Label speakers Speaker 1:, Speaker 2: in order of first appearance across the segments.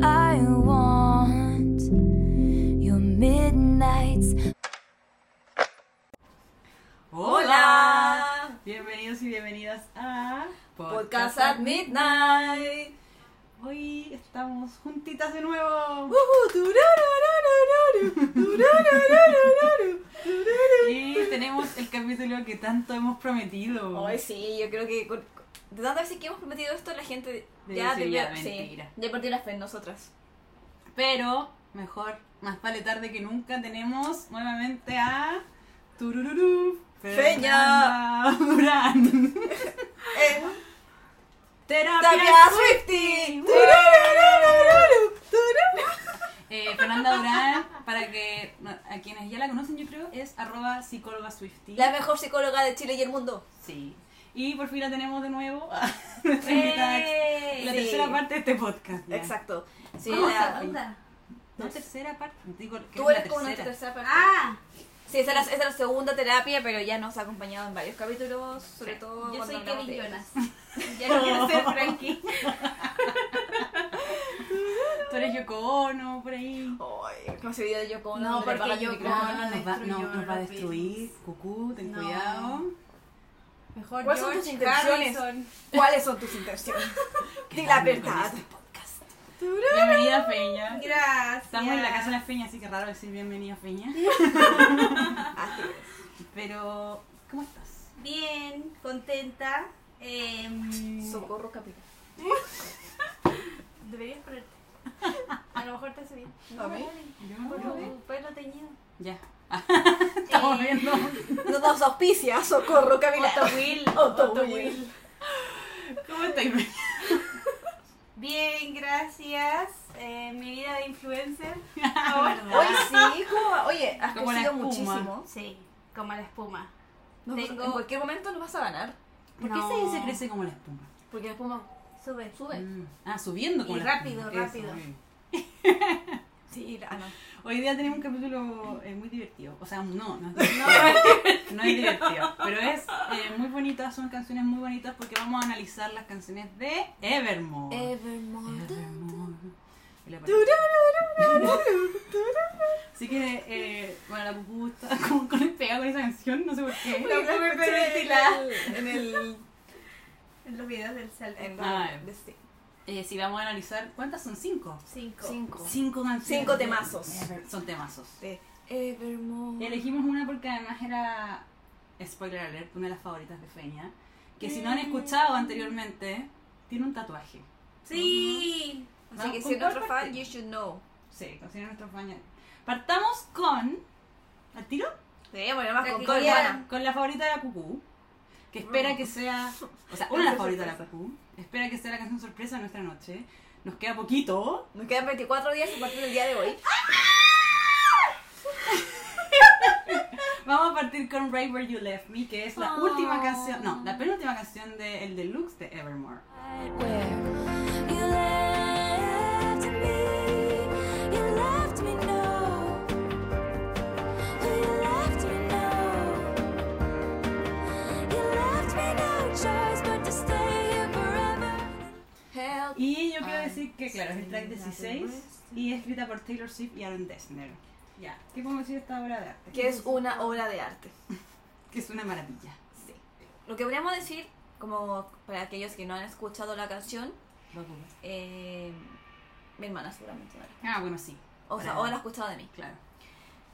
Speaker 1: I want your midnights.
Speaker 2: Hola, bienvenidos y bienvenidas a
Speaker 1: Podcast at midnight.
Speaker 2: Hoy estamos juntitas de nuevo y tenemos el capítulo que tanto hemos prometido.
Speaker 1: Hoy sí, yo creo que con- con- de tantas veces que hemos prometido esto, la gente
Speaker 2: Debe
Speaker 1: ya
Speaker 2: ser
Speaker 1: tenía-
Speaker 2: ya
Speaker 1: sí,
Speaker 2: mentira.
Speaker 1: ya perdió la fe en nosotras.
Speaker 2: Pero mejor, más vale tarde que nunca tenemos nuevamente a Turururu
Speaker 1: Feña.
Speaker 2: Fernanda Durán. Eh. Terapia,
Speaker 1: Tapia
Speaker 2: Swiftie.
Speaker 1: Swiftie.
Speaker 2: Eh, Fernanda Durán, para que no, a quienes ya la conocen, yo creo, es arroba psicóloga Swiftie.
Speaker 1: La mejor psicóloga de Chile y el mundo.
Speaker 2: Sí. Y por fin la tenemos de nuevo. Nuestra invitada ex-
Speaker 1: Eh, Sí.
Speaker 2: La tercera parte de este podcast. ya.
Speaker 1: Exacto. Sí,
Speaker 2: Vamos
Speaker 1: la-
Speaker 2: a- No, tercera parte. Digo, que
Speaker 1: Tú
Speaker 2: es la
Speaker 1: eres como una
Speaker 2: tercera.
Speaker 1: tercera persona.
Speaker 3: Ah,
Speaker 1: Sí, esa es, la, esa es la segunda terapia, pero ya nos ha acompañado en varios capítulos, sobre todo
Speaker 3: yo
Speaker 1: cuando
Speaker 3: soy
Speaker 1: hablamos
Speaker 3: Kevin
Speaker 1: de-
Speaker 3: Jonas. Ya no quiero ser Frankie.
Speaker 2: Tú eres Yoko Ono, por ahí.
Speaker 1: Ay, no se video de Yoko Ono,
Speaker 3: No,
Speaker 1: donde le
Speaker 3: porque
Speaker 1: apagan el
Speaker 3: Yoko
Speaker 1: micrófono.
Speaker 3: Ono-
Speaker 2: Oh, nos va, no,
Speaker 3: destruyó
Speaker 2: nos va a
Speaker 3: los
Speaker 2: destruir. Cucú, ten
Speaker 3: No.
Speaker 2: cuidado.
Speaker 3: Mejor
Speaker 1: ¿Cuáles son tus
Speaker 3: George
Speaker 1: intenciones?
Speaker 3: Harrison.
Speaker 1: ¿Cuáles son tus intenciones? Di la
Speaker 2: Quedamos con
Speaker 1: verdad.
Speaker 2: este podcast. Bienvenida, Feña.
Speaker 3: Gracias.
Speaker 2: Estamos en la casa de la Feña, así que raro decir bienvenida, Feña.
Speaker 1: Así es.
Speaker 2: Pero, ¿cómo estás?
Speaker 3: Bien, contenta. em,
Speaker 1: Socorro capitán.
Speaker 3: Deberías ponerte. A lo mejor te hace bien.
Speaker 1: ¿A mí?
Speaker 2: Yo me
Speaker 3: Por
Speaker 2: acuerdo de-
Speaker 3: tu pelo teñido.
Speaker 2: Ya. Estamos
Speaker 3: Eh,
Speaker 2: viendo.
Speaker 1: No nos auspicia, socorro capitán.
Speaker 3: Otto Will.
Speaker 1: Otto
Speaker 3: Otto
Speaker 1: Will.
Speaker 3: Will.
Speaker 2: ¿Cómo estáis?
Speaker 3: Bien, gracias. Eh, mi vida de influencer.
Speaker 1: Oye, sí, como, oye, has
Speaker 2: Como la
Speaker 1: crecido
Speaker 2: espuma.
Speaker 1: muchísimo.
Speaker 3: Sí, como la espuma.
Speaker 1: Nos-
Speaker 3: Tengo-
Speaker 1: En cualquier momento nos vas a ganar.
Speaker 2: ¿Por
Speaker 3: No.
Speaker 2: qué se, se crece como la espuma?
Speaker 1: Porque la espuma
Speaker 3: Sube.
Speaker 1: sube.
Speaker 2: Mm. Ah, subiendo como
Speaker 3: Y
Speaker 2: la
Speaker 3: rápido,
Speaker 2: espuma.
Speaker 3: rápido.
Speaker 2: muy bien.
Speaker 1: Sí, ah, no.
Speaker 2: Hoy día tenemos un capítulo eh, muy divertido. O sea, no, no, es- no es divertido. Pero es eh, muy bonito, son canciones muy bonitas porque vamos a analizar las canciones de Evermore.
Speaker 1: Evermore.
Speaker 2: Evermore. ¿Qué le parece? Así que, eh, bueno, la cucú está como con el pegado con esa canción, no sé por qué.
Speaker 3: Lo puedo ver ventilar.
Speaker 1: En el.
Speaker 3: En los videos del salto.
Speaker 1: En
Speaker 2: Ah,
Speaker 1: el. sí.
Speaker 2: Eh, si vamos a analizar, ¿cuántas son? ¿Cinco?
Speaker 3: Cinco.
Speaker 1: Cinco.
Speaker 2: Cinco canciones.
Speaker 1: Cinco temazos.
Speaker 2: Ever- Son temazos.
Speaker 1: Sí. Evermore.
Speaker 2: Elegimos una porque además era, spoiler alert, una de las favoritas de Feña, que si no han escuchado anteriormente, tiene un tatuaje.
Speaker 3: Sí.
Speaker 1: Así que
Speaker 2: Vamos,
Speaker 1: si eres nuestro
Speaker 2: comparte.
Speaker 1: fan, you should know.
Speaker 2: Sí, considera nuestro fan. Partamos con, ¿al tiro?
Speaker 1: Sí, bueno, más
Speaker 3: La
Speaker 1: con
Speaker 3: que
Speaker 1: todo
Speaker 3: quieran.
Speaker 1: hermana.
Speaker 2: Ah, Con la favorita de la Cucú, que
Speaker 1: Mm.
Speaker 2: espera que sea, o sea, una de las favoritas de la Cucú, espera que sea la canción sorpresa de nuestra noche. Nos queda poquito.
Speaker 1: Nos quedan 24 días a partir del día de hoy.
Speaker 2: Vamos a partir con Right Where You Left Me, que es la
Speaker 1: Oh.
Speaker 2: última canción, no, la penúltima canción del deluxe de Evermore.
Speaker 1: Help.
Speaker 2: Y yo quiero decir que,
Speaker 1: Ay,
Speaker 2: claro, es el track
Speaker 1: sí, la
Speaker 2: 16 y es escrita por Taylor Swift y Aaron Dessner. Ya, ¿qué podemos decir de esta obra de arte?
Speaker 1: Que es una obra de arte.
Speaker 2: Que es una maravilla.
Speaker 1: Sí. Lo que podríamos decir, como para aquellos que no han escuchado la canción, eh, mi hermana seguramente no la-
Speaker 2: Ah, bueno, sí.
Speaker 1: O sea,
Speaker 2: Para-
Speaker 1: o la ha escuchado de mí.
Speaker 2: Claro.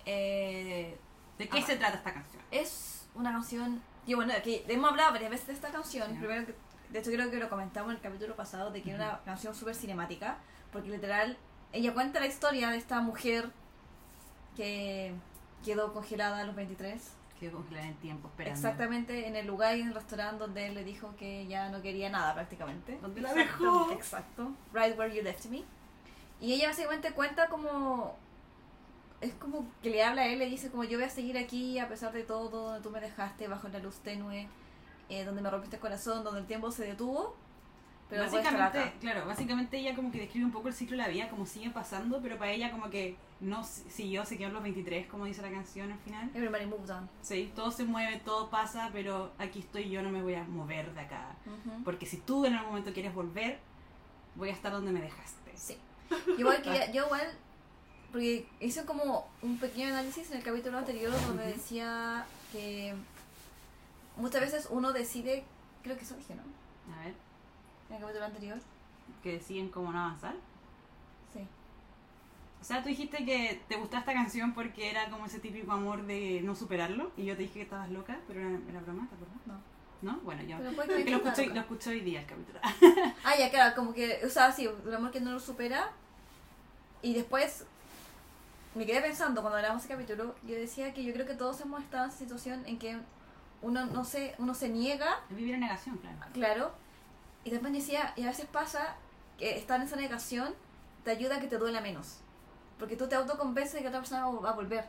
Speaker 1: Eh,
Speaker 2: ¿De qué
Speaker 1: Ah.
Speaker 2: se trata esta canción?
Speaker 1: es una canción. Y bueno, aquí hemos hablado varias veces de esta canción.
Speaker 2: Ya.
Speaker 1: Primero, que- de hecho, creo que lo comentamos en el capítulo pasado de que era una canción súper cinemática. Porque literal, ella cuenta la historia de esta mujer que quedó congelada a los 23.
Speaker 2: Quedó congelada en tiempo, esperando.
Speaker 1: Exactamente en el lugar y en el restaurante donde él le dijo que ya no quería nada prácticamente.
Speaker 2: ¿Dónde la dejó?
Speaker 1: Exacto. Right where you left me. Y ella básicamente cuenta como... Es como que le habla a él, le dice como yo voy a seguir aquí a pesar de todo, donde tú me dejaste, bajo la luz tenue, eh, donde me rompiste el corazón, donde el tiempo se detuvo. Pero puedo estar
Speaker 2: básicamente,
Speaker 1: acá.
Speaker 2: claro, básicamente ella como que describe un poco el ciclo de la vida, como sigue pasando, pero para ella como que no si- siguió, se quedó en los 23, como dice la canción al final.
Speaker 1: Everybody moved on.
Speaker 2: Sí, todo se mueve, todo pasa, pero aquí estoy yo, no me voy a mover de acá.
Speaker 1: Ujú.
Speaker 2: Porque si tú en algún momento quieres volver, voy a estar donde me dejaste.
Speaker 1: Sí. Yo igual, que ya- yo igual, porque hice como un pequeño análisis en el capítulo anterior donde decía que muchas veces uno decide, creo que eso dije, ¿no?
Speaker 2: A ver,
Speaker 1: En el capítulo anterior.
Speaker 2: que deciden cómo no avanzar.
Speaker 1: Sí.
Speaker 2: O sea, tú dijiste que te gustaba esta canción porque era como ese típico amor de no superarlo. Y yo te dije que estabas loca, pero era, era broma, ¿te acuerdas?
Speaker 1: No.
Speaker 2: ¿No? Bueno, yo.
Speaker 1: Pero puede que
Speaker 2: Que lo
Speaker 1: me
Speaker 2: escuché,
Speaker 1: equivocara.
Speaker 2: lo escuché hoy día el capítulo.
Speaker 1: Ah, ya, claro, como que, o sea, sí, un amor que no lo supera. Y después me quedé pensando cuando grabamos ese capítulo, yo decía que yo creo que todos hemos estado en esa situación en que uno no se, uno se niega,
Speaker 2: Es vivir en negación, claro.
Speaker 1: claro, y después decía, y a veces pasa que estar en esa negación te ayuda a que te duela menos. Porque tú te autoconvences de que otra persona va va a volver.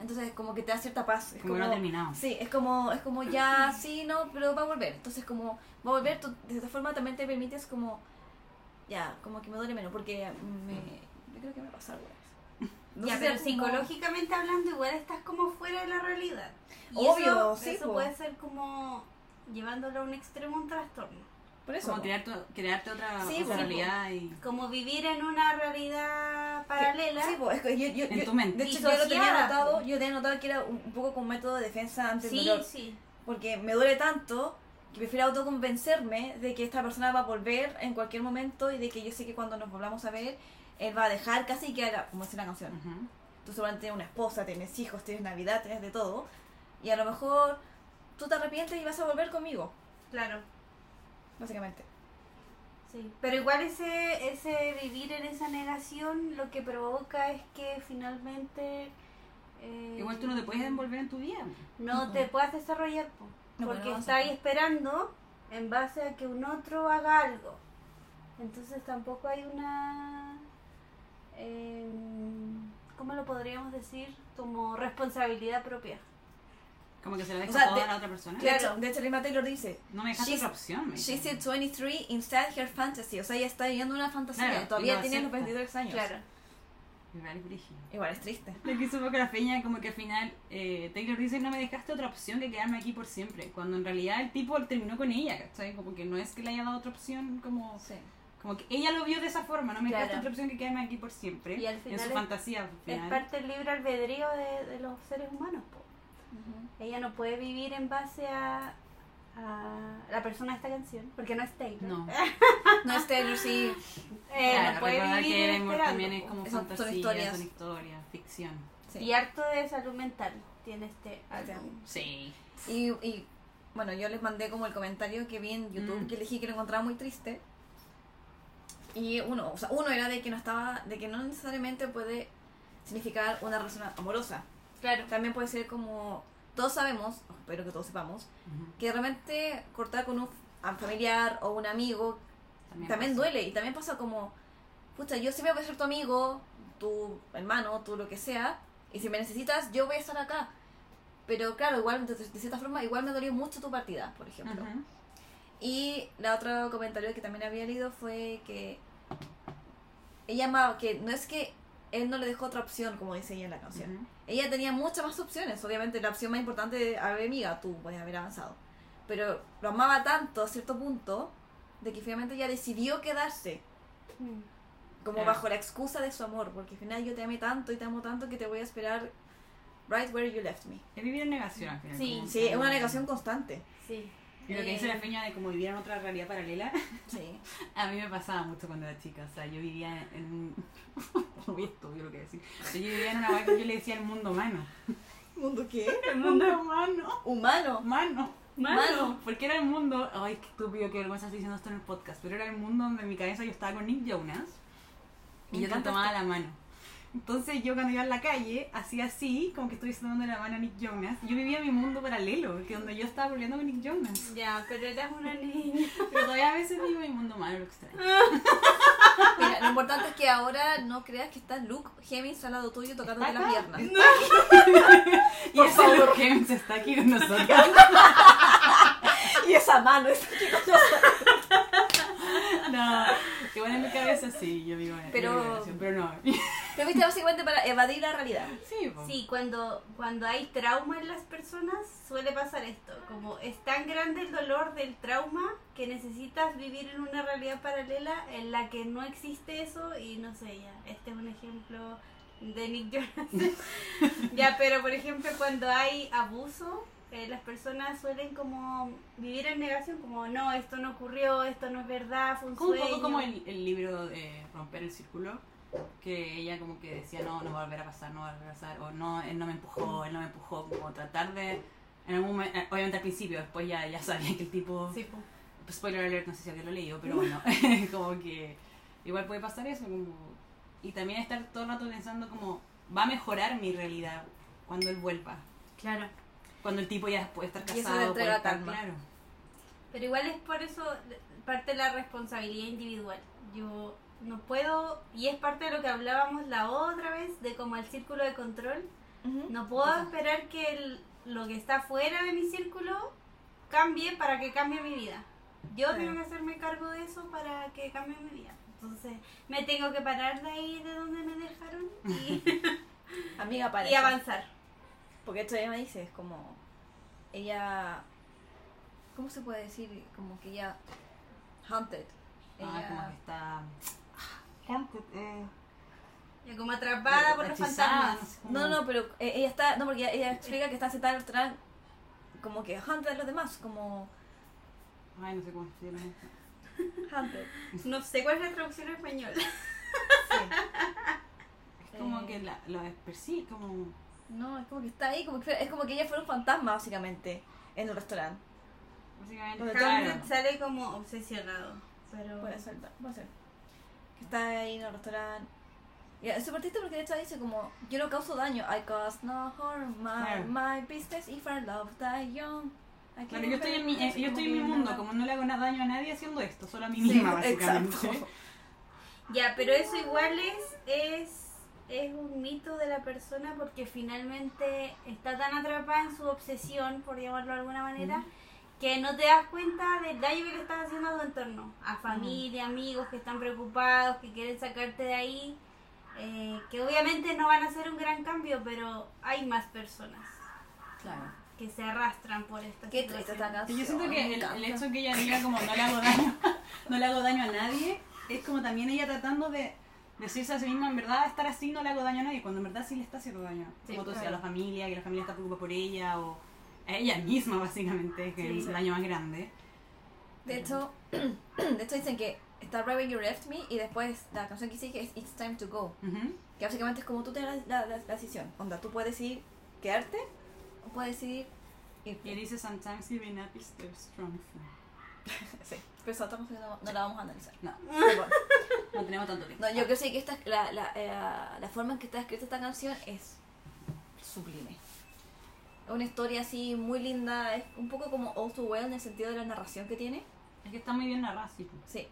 Speaker 1: Entonces, como que te da cierta paz. Es
Speaker 2: Como no ha terminado.
Speaker 1: Sí, es como, es como ya, sí, no, pero va a volver. Entonces, como va a volver, tú, de esta forma también te permites como, ya, como que me duele menos, porque me, yo creo que me pasa algo. No
Speaker 3: ya,
Speaker 1: sé si
Speaker 3: pero
Speaker 1: es como-
Speaker 3: psicológicamente hablando, igual estás como fuera de la realidad. Y
Speaker 1: Obvio,
Speaker 3: eso,
Speaker 1: sí,
Speaker 3: eso
Speaker 1: po.
Speaker 3: puede ser como llevándolo a un extremo, un trastorno.
Speaker 1: Por eso.
Speaker 2: Como crearte, crearte otra,
Speaker 1: Sí,
Speaker 2: otra
Speaker 1: sí,
Speaker 2: realidad y.
Speaker 3: Como vivir en una realidad paralela.
Speaker 1: Sí, pues, es que yo, yo,
Speaker 2: En
Speaker 1: yo-
Speaker 2: tu mente.
Speaker 1: De hecho, yo lo tenía
Speaker 3: Disociada,
Speaker 1: anotado,
Speaker 3: po.
Speaker 1: yo tenía anotado que era un, un poco como método de defensa ante el
Speaker 3: sí,
Speaker 1: dolor.
Speaker 3: sí.
Speaker 1: Porque me duele tanto que prefiero autoconvencerme de que esta persona va a volver en cualquier momento y de que yo sé que cuando nos volvamos a ver, él va a dejar casi que era como dice la canción.
Speaker 2: Ujú.
Speaker 1: tú seguramente tienes una esposa, tienes hijos, tienes Navidad, tienes de todo, y a lo mejor tú te arrepientes y vas a volver conmigo,
Speaker 3: Claro.
Speaker 1: básicamente.
Speaker 3: Sí. Pero igual ese, ese vivir en esa negación lo que provoca es que finalmente... eh,
Speaker 2: Igual tú no te puedes envolver en tu vida.
Speaker 3: No te puedas desarrollar, po,
Speaker 1: No,
Speaker 3: porque
Speaker 1: bueno, no,
Speaker 3: estás
Speaker 1: sí.
Speaker 3: esperando en base a que un otro haga algo. Entonces tampoco hay una... eh, ¿Cómo lo podríamos decir? Como responsabilidad propia.
Speaker 2: Como que se lo dejas
Speaker 1: O sea,
Speaker 2: todo
Speaker 1: de-
Speaker 2: a la otra persona.
Speaker 1: De hecho, de hecho Lima Taylor dice,
Speaker 2: No me dejaste
Speaker 1: She's-
Speaker 2: otra opción. me
Speaker 1: she's
Speaker 2: dijo.
Speaker 1: at 23 inside her fantasy, o sea, ella está viviendo una fantasía,
Speaker 2: Claro, y
Speaker 1: todavía
Speaker 2: lo
Speaker 1: tiene los
Speaker 2: acepta.
Speaker 1: 23 años.
Speaker 2: Igual es brígido.
Speaker 1: Igual es triste.
Speaker 2: Lo que hizo poco la feña, como que al final eh, Taylor dice, no me dejaste otra opción que quedarme aquí por siempre. Cuando en realidad el tipo terminó con ella, ¿cachai? Como que no es que le haya dado otra opción, como, como que ella lo vio de esa forma, no me dejaste
Speaker 3: Claro.
Speaker 2: otra opción que quedarme aquí por siempre.
Speaker 3: Y al
Speaker 2: en
Speaker 3: final
Speaker 2: su
Speaker 3: es-
Speaker 2: fantasía al
Speaker 3: Es
Speaker 2: final.
Speaker 3: parte del libre albedrío de, de los seres humanos. po.
Speaker 1: Ujú.
Speaker 3: Ella no puede vivir en base a, a la persona de esta canción, porque no es Taylor.
Speaker 2: No,
Speaker 1: No es Taylor, sí.
Speaker 3: Eh,
Speaker 2: Claro,
Speaker 3: no puede
Speaker 2: recordar
Speaker 3: vivir
Speaker 2: que
Speaker 3: esperando,
Speaker 2: Evermore también es
Speaker 3: po.
Speaker 2: como
Speaker 1: Son- son
Speaker 2: fantasía, son historias.
Speaker 1: historias.
Speaker 2: ficción.
Speaker 1: sí.
Speaker 3: Y harto de salud mental tiene este álbum.
Speaker 2: Sí.
Speaker 1: Y, y, bueno, yo les mandé como el comentario que vi en YouTube
Speaker 2: Mm.
Speaker 1: que elegí que lo encontraba muy triste. Y uno, o sea, uno era de que no estaba, de que no necesariamente puede significar una relación amorosa.
Speaker 3: Claro.
Speaker 1: También puede ser como, todos sabemos, o espero que todos sepamos,
Speaker 2: Ujú.
Speaker 1: que realmente cortar con un f- familiar o un amigo también
Speaker 2: pasa.
Speaker 1: duele y también pasa como, pucha, yo siempre voy a ser tu amigo, tu hermano, tu lo que sea, y si me necesitas, yo voy a estar acá. Pero claro, igual, de, de cierta forma, igual me dolió mucho tu partida, por ejemplo.
Speaker 2: Ujú.
Speaker 1: Y la otro comentario que también había leído fue que ella amaba, que no es que él no le dejó otra opción, como dice ella en la canción.
Speaker 2: Ujú.
Speaker 1: Ella tenía muchas más opciones, obviamente la opción más importante de haber amiga, tú podías haber avanzado. Pero lo amaba tanto a cierto punto de que finalmente ella decidió quedarse,
Speaker 3: Mm.
Speaker 1: como
Speaker 2: Claro.
Speaker 1: bajo la excusa de su amor, porque al final yo te amé tanto y te amo tanto que te voy a esperar right where you left me.
Speaker 2: Es vivir en negación al final.
Speaker 3: Sí.
Speaker 2: como
Speaker 1: Sí,
Speaker 2: que-
Speaker 1: es una negación constante.
Speaker 3: Sí.
Speaker 2: Y lo que
Speaker 3: Eh,
Speaker 2: dice la feña de como vivir en otra realidad paralela.
Speaker 1: Sí.
Speaker 2: A mí me pasaba mucho cuando era chica, o sea, yo vivía en un... Muy estúpido lo que decir. Pero Yo vivía en una vaca que yo le decía el mundo humano.
Speaker 1: ¿Mundo qué?
Speaker 2: El mundo humano.
Speaker 1: Humano.
Speaker 2: Humano.
Speaker 3: Mano.
Speaker 2: Porque era el mundo... Ay, qué estúpido, qué vergüenza estoy diciendo esto en el podcast. Pero era el mundo donde en mi cabeza yo estaba con Nick Jonas. Y
Speaker 1: Me
Speaker 2: yo te
Speaker 1: encanta
Speaker 2: tomaba la mano. Entonces yo cuando iba en la calle, hacía así, como que estuviese tomando la mano a Nick Jonas. Yo vivía mi mundo paralelo, que donde yo estaba volviendo con Nick Jonas.
Speaker 3: Ya, pero eras una niña.
Speaker 2: Pero todavía a veces vivo mi mundo malo, lo extraño.
Speaker 1: Mira, lo importante es que ahora no creas que está Luke Hemmings al lado tuyo tocándote las piernas.
Speaker 2: Y ese Luke Hemmings está aquí con nosotros.
Speaker 1: Y esa mano es
Speaker 2: No, igual en mi cabeza sí, yo vivo en
Speaker 1: Pero-
Speaker 2: pero... pero no.
Speaker 1: Lo viste básicamente para evadir la realidad.
Speaker 2: Sí, po.
Speaker 3: Sí, cuando, cuando hay trauma en las personas suele pasar esto, como es tan grande el dolor del trauma que necesitas vivir en una realidad paralela en la que no existe eso y no sé, ya, este es un ejemplo de Nick Jonas. ya, pero por ejemplo cuando hay abuso, eh, las personas suelen como vivir en negación, como no, esto no ocurrió, esto no es verdad, fue un
Speaker 2: Como un poco
Speaker 3: sueño".
Speaker 2: como el, el libro de Romper el Círculo, que ella como que decía, no, no va a volver a pasar, no va a volver a pasar, o no, él no me empujó, él no me empujó, como tratar de... En algún momen- eh, obviamente al principio, después ya, ya sabía que el tipo...
Speaker 3: Sí, po.
Speaker 2: Spoiler alert, no sé si alguien lo leído, pero bueno, como que igual puede pasar eso. Como... Y también estar todo el rato pensando como, va a mejorar mi realidad cuando él vuelva.
Speaker 3: Claro.
Speaker 2: Cuando el tipo ya puede estar
Speaker 1: Y eso le
Speaker 2: casado, puede
Speaker 1: entrega
Speaker 2: estar
Speaker 1: calma.
Speaker 2: claro. Ah,
Speaker 3: Pero igual es por eso parte de la responsabilidad individual. Yo no puedo, y es parte de lo que hablábamos la otra vez, de como el círculo de control. No puedo esperar que el- lo que está fuera de mi círculo cambie para que cambie mi vida. Yo
Speaker 1: Claro.
Speaker 3: tengo que hacerme cargo de eso para que cambie mi vida. Entonces me tengo que parar de ahí de donde me dejaron y,
Speaker 1: Amiga,
Speaker 3: y
Speaker 1: parece.
Speaker 3: avanzar.
Speaker 1: Porque esto ya me dice, es como. Ella. ¿Cómo se puede decir? Como que ella. Hunted.
Speaker 2: Ah,
Speaker 1: Ella-
Speaker 2: como que está...
Speaker 3: Y como atrapada por los
Speaker 2: hechizada,
Speaker 3: fantasmas.
Speaker 2: no sé cómo.
Speaker 1: No, no, pero eh, ella está. No, porque ella, ella explica que está sentada en el restaurante Como que hunted a los demás, como.
Speaker 2: Ay, no sé cómo se llama.
Speaker 1: Hunted.
Speaker 3: No sé cuál es la traducción en español.
Speaker 2: Es como
Speaker 1: Eh.
Speaker 2: que la, lo persigue, como...
Speaker 1: No, es como que está ahí, como que, es como que ella fuera un fantasma, básicamente, en el restaurante.
Speaker 2: Básicamente,
Speaker 1: Pero
Speaker 2: claro.
Speaker 3: Hamlet sale como obsesionado. Pero...
Speaker 1: Puede ser, puede ser. Que está ahí en el restaurante. Y es súper triste porque de hecho dice como, yo no causo daño, I cause no harm, my,
Speaker 2: Claro.
Speaker 1: my business if I love die young. I
Speaker 2: Claro,
Speaker 1: can't
Speaker 2: yo estoy en mi, eh,
Speaker 1: help it.
Speaker 2: yo estoy en mi
Speaker 1: que
Speaker 2: mundo,
Speaker 1: nada.
Speaker 2: como no le hago nada daño a nadie haciendo esto, solo a mí
Speaker 1: Sí,
Speaker 2: misma, básicamente.
Speaker 1: exacto.
Speaker 3: Ya, pero eso igual es, es, es un mito de la persona porque finalmente está tan atrapada en su obsesión, por llamarlo de alguna manera, que no te das cuenta del daño que le estás haciendo a tu entorno, a familia, amigos que están preocupados, que quieren sacarte de ahí, eh, que obviamente no van a hacer un gran cambio, pero hay más personas
Speaker 1: Claro.
Speaker 3: que se arrastran por esta
Speaker 1: Qué triste
Speaker 3: situación.
Speaker 1: esta canción.
Speaker 2: Yo siento que
Speaker 1: me
Speaker 2: el, el
Speaker 1: encanta.
Speaker 2: hecho que ella diga como no le hago daño, no le hago daño a nadie, es como también ella tratando de decirse a sí misma, en verdad, estar así no le hago daño a nadie, cuando en verdad sí le está haciendo daño.
Speaker 3: Sí,
Speaker 2: como tú
Speaker 3: claro.
Speaker 2: decías, a la familia, que la familia está preocupada por ella, o a ella misma, básicamente, que
Speaker 3: Sí.
Speaker 2: es el daño más grande.
Speaker 1: De hecho, de hecho dicen que está Right When You Left Me y después la canción que sigue es It's Time To Go.
Speaker 2: Ujú.
Speaker 1: Que básicamente es como tú tienes la, la- la- la decisión. Onda, tú puedes decidir quedarte o puedes decidir
Speaker 2: Y
Speaker 1: irte.
Speaker 2: dice, sometimes giving up is the strong thing.
Speaker 1: Sí, pero esa otra canción no, no la vamos a analizar.
Speaker 2: No,
Speaker 1: Pero bueno.
Speaker 2: no tenemos tanto tiempo.
Speaker 1: No, yo creo sí que esta, la, la, eh, la forma en que está escrita esta canción es sublime. Es una historia así muy linda, es un poco como All Too Well en el sentido de la narración que tiene.
Speaker 2: Es que está muy bien narrada, sí.
Speaker 1: Sí.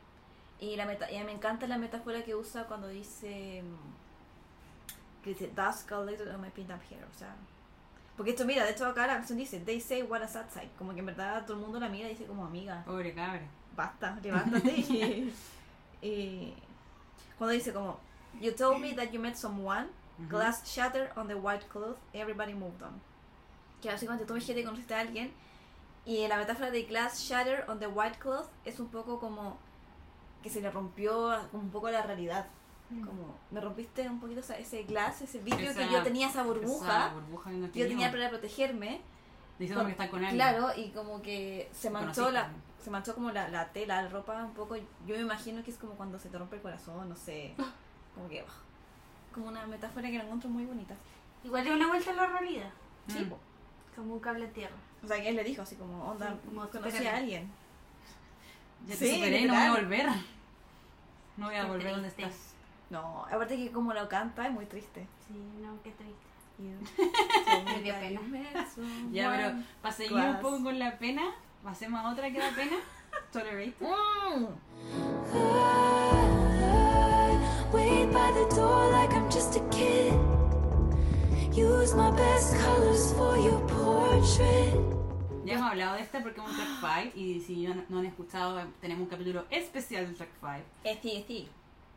Speaker 1: Y, la meta y me encanta la metáfora que usa cuando dice. mm, Que dice, Dusk a little on my pinned up hair. O sea. Porque esto, mira, de hecho acá la canción dice, They say what a sad sight. Como que en verdad todo el mundo la mira y dice, como amiga,
Speaker 2: Pobre cabra.
Speaker 1: basta, levántate. y, y cuando dice, como, You told me that you met someone.
Speaker 2: Ujú.
Speaker 1: Glass shattered on the white cloth, everybody moved on. Que básicamente tú me dijiste que conociste a alguien y la metáfora de glass shattered on the white cloth es un poco como que se le rompió a- como un poco la realidad. Como me rompiste un poquito esa- ese glass, ese vidrio
Speaker 2: Mm. Esa-
Speaker 1: que yo tenía, esa burbuja,
Speaker 2: Esa burbuja que no
Speaker 1: que yo tenía
Speaker 2: teníamos.
Speaker 1: para protegerme.
Speaker 2: Diciendo que está con alguien.
Speaker 1: Claro, y como que se
Speaker 2: Te
Speaker 1: manchó
Speaker 2: conociste,
Speaker 1: la
Speaker 2: ¿no?
Speaker 1: se manchó como la, la tela, la ropa un poco. Yo me imagino que es como cuando se te rompe el corazón, no sé. Como que. ah, Como una metáfora que la encuentro muy bonita.
Speaker 3: Igual es una vuelta a la realidad,
Speaker 1: Sí,
Speaker 2: Mm.
Speaker 1: po.
Speaker 3: como un cable a tierra.
Speaker 1: O sea, que él le dijo así como, onda,
Speaker 3: Sí, como
Speaker 1: conocí
Speaker 3: supérame.
Speaker 1: a alguien.
Speaker 2: Ya te
Speaker 1: Sí,
Speaker 2: superé, no voy a
Speaker 1: literal.
Speaker 2: volver. No voy a
Speaker 3: Qué
Speaker 2: volver donde
Speaker 3: triste.
Speaker 2: estás.
Speaker 1: No, aparte que como lo canta es muy triste.
Speaker 3: Sí, no, qué triste.
Speaker 1: Y-
Speaker 3: Me dio pena.
Speaker 2: Ya, pero para seguir un
Speaker 1: Class.
Speaker 2: poco con la pena, pasemos a otra que da pena. Tolerate.
Speaker 1: Mm.
Speaker 4: I wait by the door like I'm just a kid. Use my best colors for your portrait.
Speaker 2: Ya hemos hablado de esta porque es un track 5 y si no, no han escuchado, tenemos un capítulo especial del track 5.
Speaker 1: Eh, sí, sí.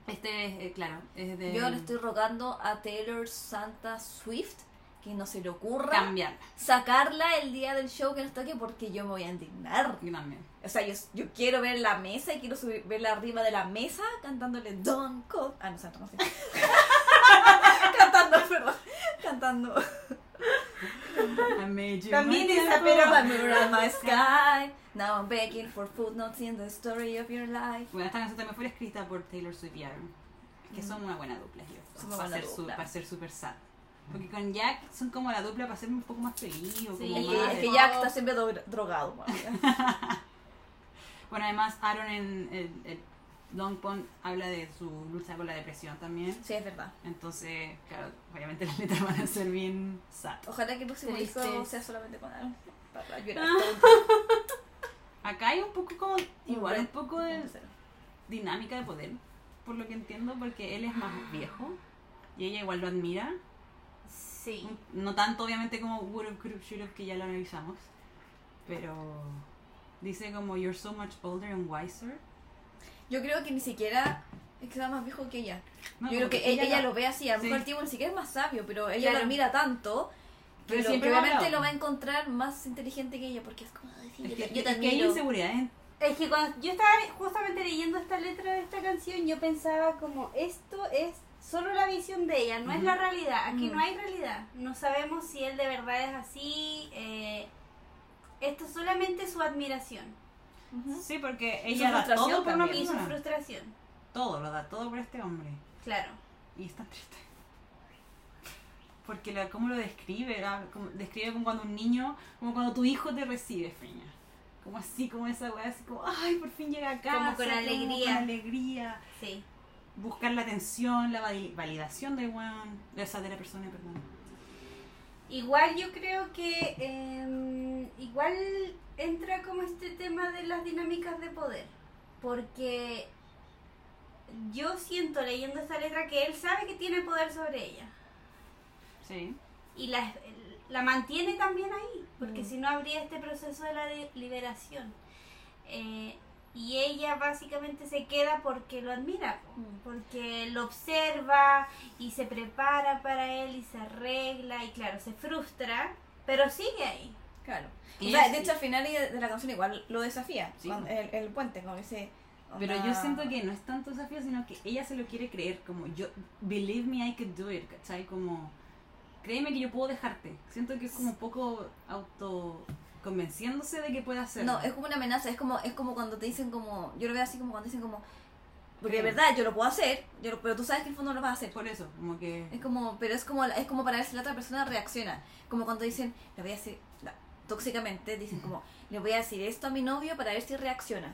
Speaker 2: Este es, eh, claro, es de
Speaker 1: Yo le estoy rogando a Taylor Santa Swift que no se le ocurra
Speaker 2: cambiar.
Speaker 1: sacarla el día del show que nos toque porque yo me voy a indignar.
Speaker 2: Yo también.
Speaker 1: O sea, yo, yo quiero ver la mesa y quiero subir, verla arriba de la mesa cantándole Don Cold. Ah, no, santo, no sé. cantando, perdón. Cantando.
Speaker 2: I made you
Speaker 3: También
Speaker 2: my
Speaker 3: dice,
Speaker 2: temple.
Speaker 3: pero-
Speaker 1: I mirror on my sky. Now I'm begging for footnotes in the story of your life.
Speaker 2: Bueno, esta canción también fue escrita por Taylor Swift y Aaron. Que son una buena dupla, yo.
Speaker 1: Son una
Speaker 2: para,
Speaker 1: buena
Speaker 2: ser su-
Speaker 1: dupla.
Speaker 2: para ser super sad. Porque con Jack son como la dupla para ser un poco más feliz o
Speaker 3: Sí,
Speaker 2: como
Speaker 1: Es
Speaker 2: más-
Speaker 1: que, es que Jack está siempre do- drogado. amiga.
Speaker 2: Bueno, además Aaron en el, el Long Pond habla de su lucha con la depresión también.
Speaker 1: Sí, es verdad.
Speaker 2: Entonces, claro, obviamente las letras van a ser bien sad.
Speaker 1: Ojalá que el próximo disco
Speaker 3: Triste.
Speaker 1: sea solamente con Aaron. Para llorar. todo el-
Speaker 2: Acá hay un poco como, Ah. igual un
Speaker 1: re-
Speaker 2: poco de
Speaker 1: cero.
Speaker 2: dinámica de poder, por lo que entiendo, porque él es más viejo y ella igual lo admira.
Speaker 3: Sí.
Speaker 2: No tanto, obviamente, como Wood of Group Shooters, que ya lo analizamos. Pero dice como You're so much older and wiser.
Speaker 1: Yo creo que ni siquiera es que sea más viejo que ella.
Speaker 2: No,
Speaker 1: Yo creo
Speaker 2: porque
Speaker 1: que ella, ella lo ve así. A lo
Speaker 2: Sí.
Speaker 1: mejor el tipo ni siquiera es más sabio, pero ella
Speaker 3: Claro.
Speaker 1: lo admira tanto. Que,
Speaker 2: Pero
Speaker 1: lo-
Speaker 2: siempre
Speaker 1: que
Speaker 2: lo ha
Speaker 1: obviamente
Speaker 2: hablado.
Speaker 1: lo va a encontrar más inteligente que ella porque es como "Ay, sí,
Speaker 2: Es
Speaker 1: yo,
Speaker 2: que,
Speaker 1: te- yo te
Speaker 2: es que hay
Speaker 1: admiro".
Speaker 2: inseguridades.
Speaker 3: Es que cuando yo estaba justamente leyendo esta letra de esta canción, yo pensaba como esto es solo la visión de ella, no es la realidad. Aquí
Speaker 1: Mm.
Speaker 3: no hay realidad. No sabemos si él de verdad es así. eh, esto es solamente su admiración
Speaker 1: Ujú.
Speaker 2: Sí, porque
Speaker 1: Y su
Speaker 2: ella da
Speaker 1: frustración
Speaker 2: todo por una
Speaker 1: también.
Speaker 3: y su
Speaker 2: persona.
Speaker 3: frustración.
Speaker 2: Todo, lo da todo por este hombre.
Speaker 3: Claro.
Speaker 2: Y es tan triste. Porque la, cómo lo describe, la- como- describe como cuando un niño, como cuando tu hijo te recibe, Feña. Como así, como esa weá, así como, ay, por fin llega acá.
Speaker 3: Como con alegría.
Speaker 2: Con alegría.
Speaker 3: Sí.
Speaker 2: Buscar la atención, la vali- validación del weón, de esa de la persona, perdón.
Speaker 3: Igual yo creo que eh, igual entra como este tema de las dinámicas de poder, porque yo siento leyendo esta letra que él sabe que tiene poder sobre ella
Speaker 2: Sí.
Speaker 3: y la, la mantiene también ahí, porque si no habría este proceso de la de- liberación. Eh, y ella básicamente se queda porque lo admira, po,
Speaker 1: Mm.
Speaker 3: porque lo observa y se prepara para él y se arregla y claro, se frustra, pero sigue ahí.
Speaker 1: Claro.
Speaker 2: Y
Speaker 1: O sea,
Speaker 2: es-
Speaker 1: de hecho, al final de de la canción igual lo desafía.
Speaker 2: Sí.
Speaker 1: cuando- el, el puente, como dice.
Speaker 2: Pero
Speaker 1: onda-
Speaker 2: yo siento que no es tanto desafío, sino que ella se lo quiere creer, como yo, believe me I could do it, ¿cachai? Como, créeme que yo puedo dejarte. Siento que es como un poco auto convenciéndose de que puede hacerlo.
Speaker 1: No, es como una amenaza, es como, es como cuando te dicen como, yo lo veo así como cuando dicen como, porque de
Speaker 2: Claro.
Speaker 1: verdad yo lo puedo hacer, yo lo- pero tú sabes que en el fondo no lo vas a hacer.
Speaker 2: por eso, como que...
Speaker 1: Es como, pero es como, es como para ver si la otra persona reacciona. Como cuando dicen, le voy a decir, la- tóxicamente, dicen como, le voy a decir esto a mi novio para ver si reacciona.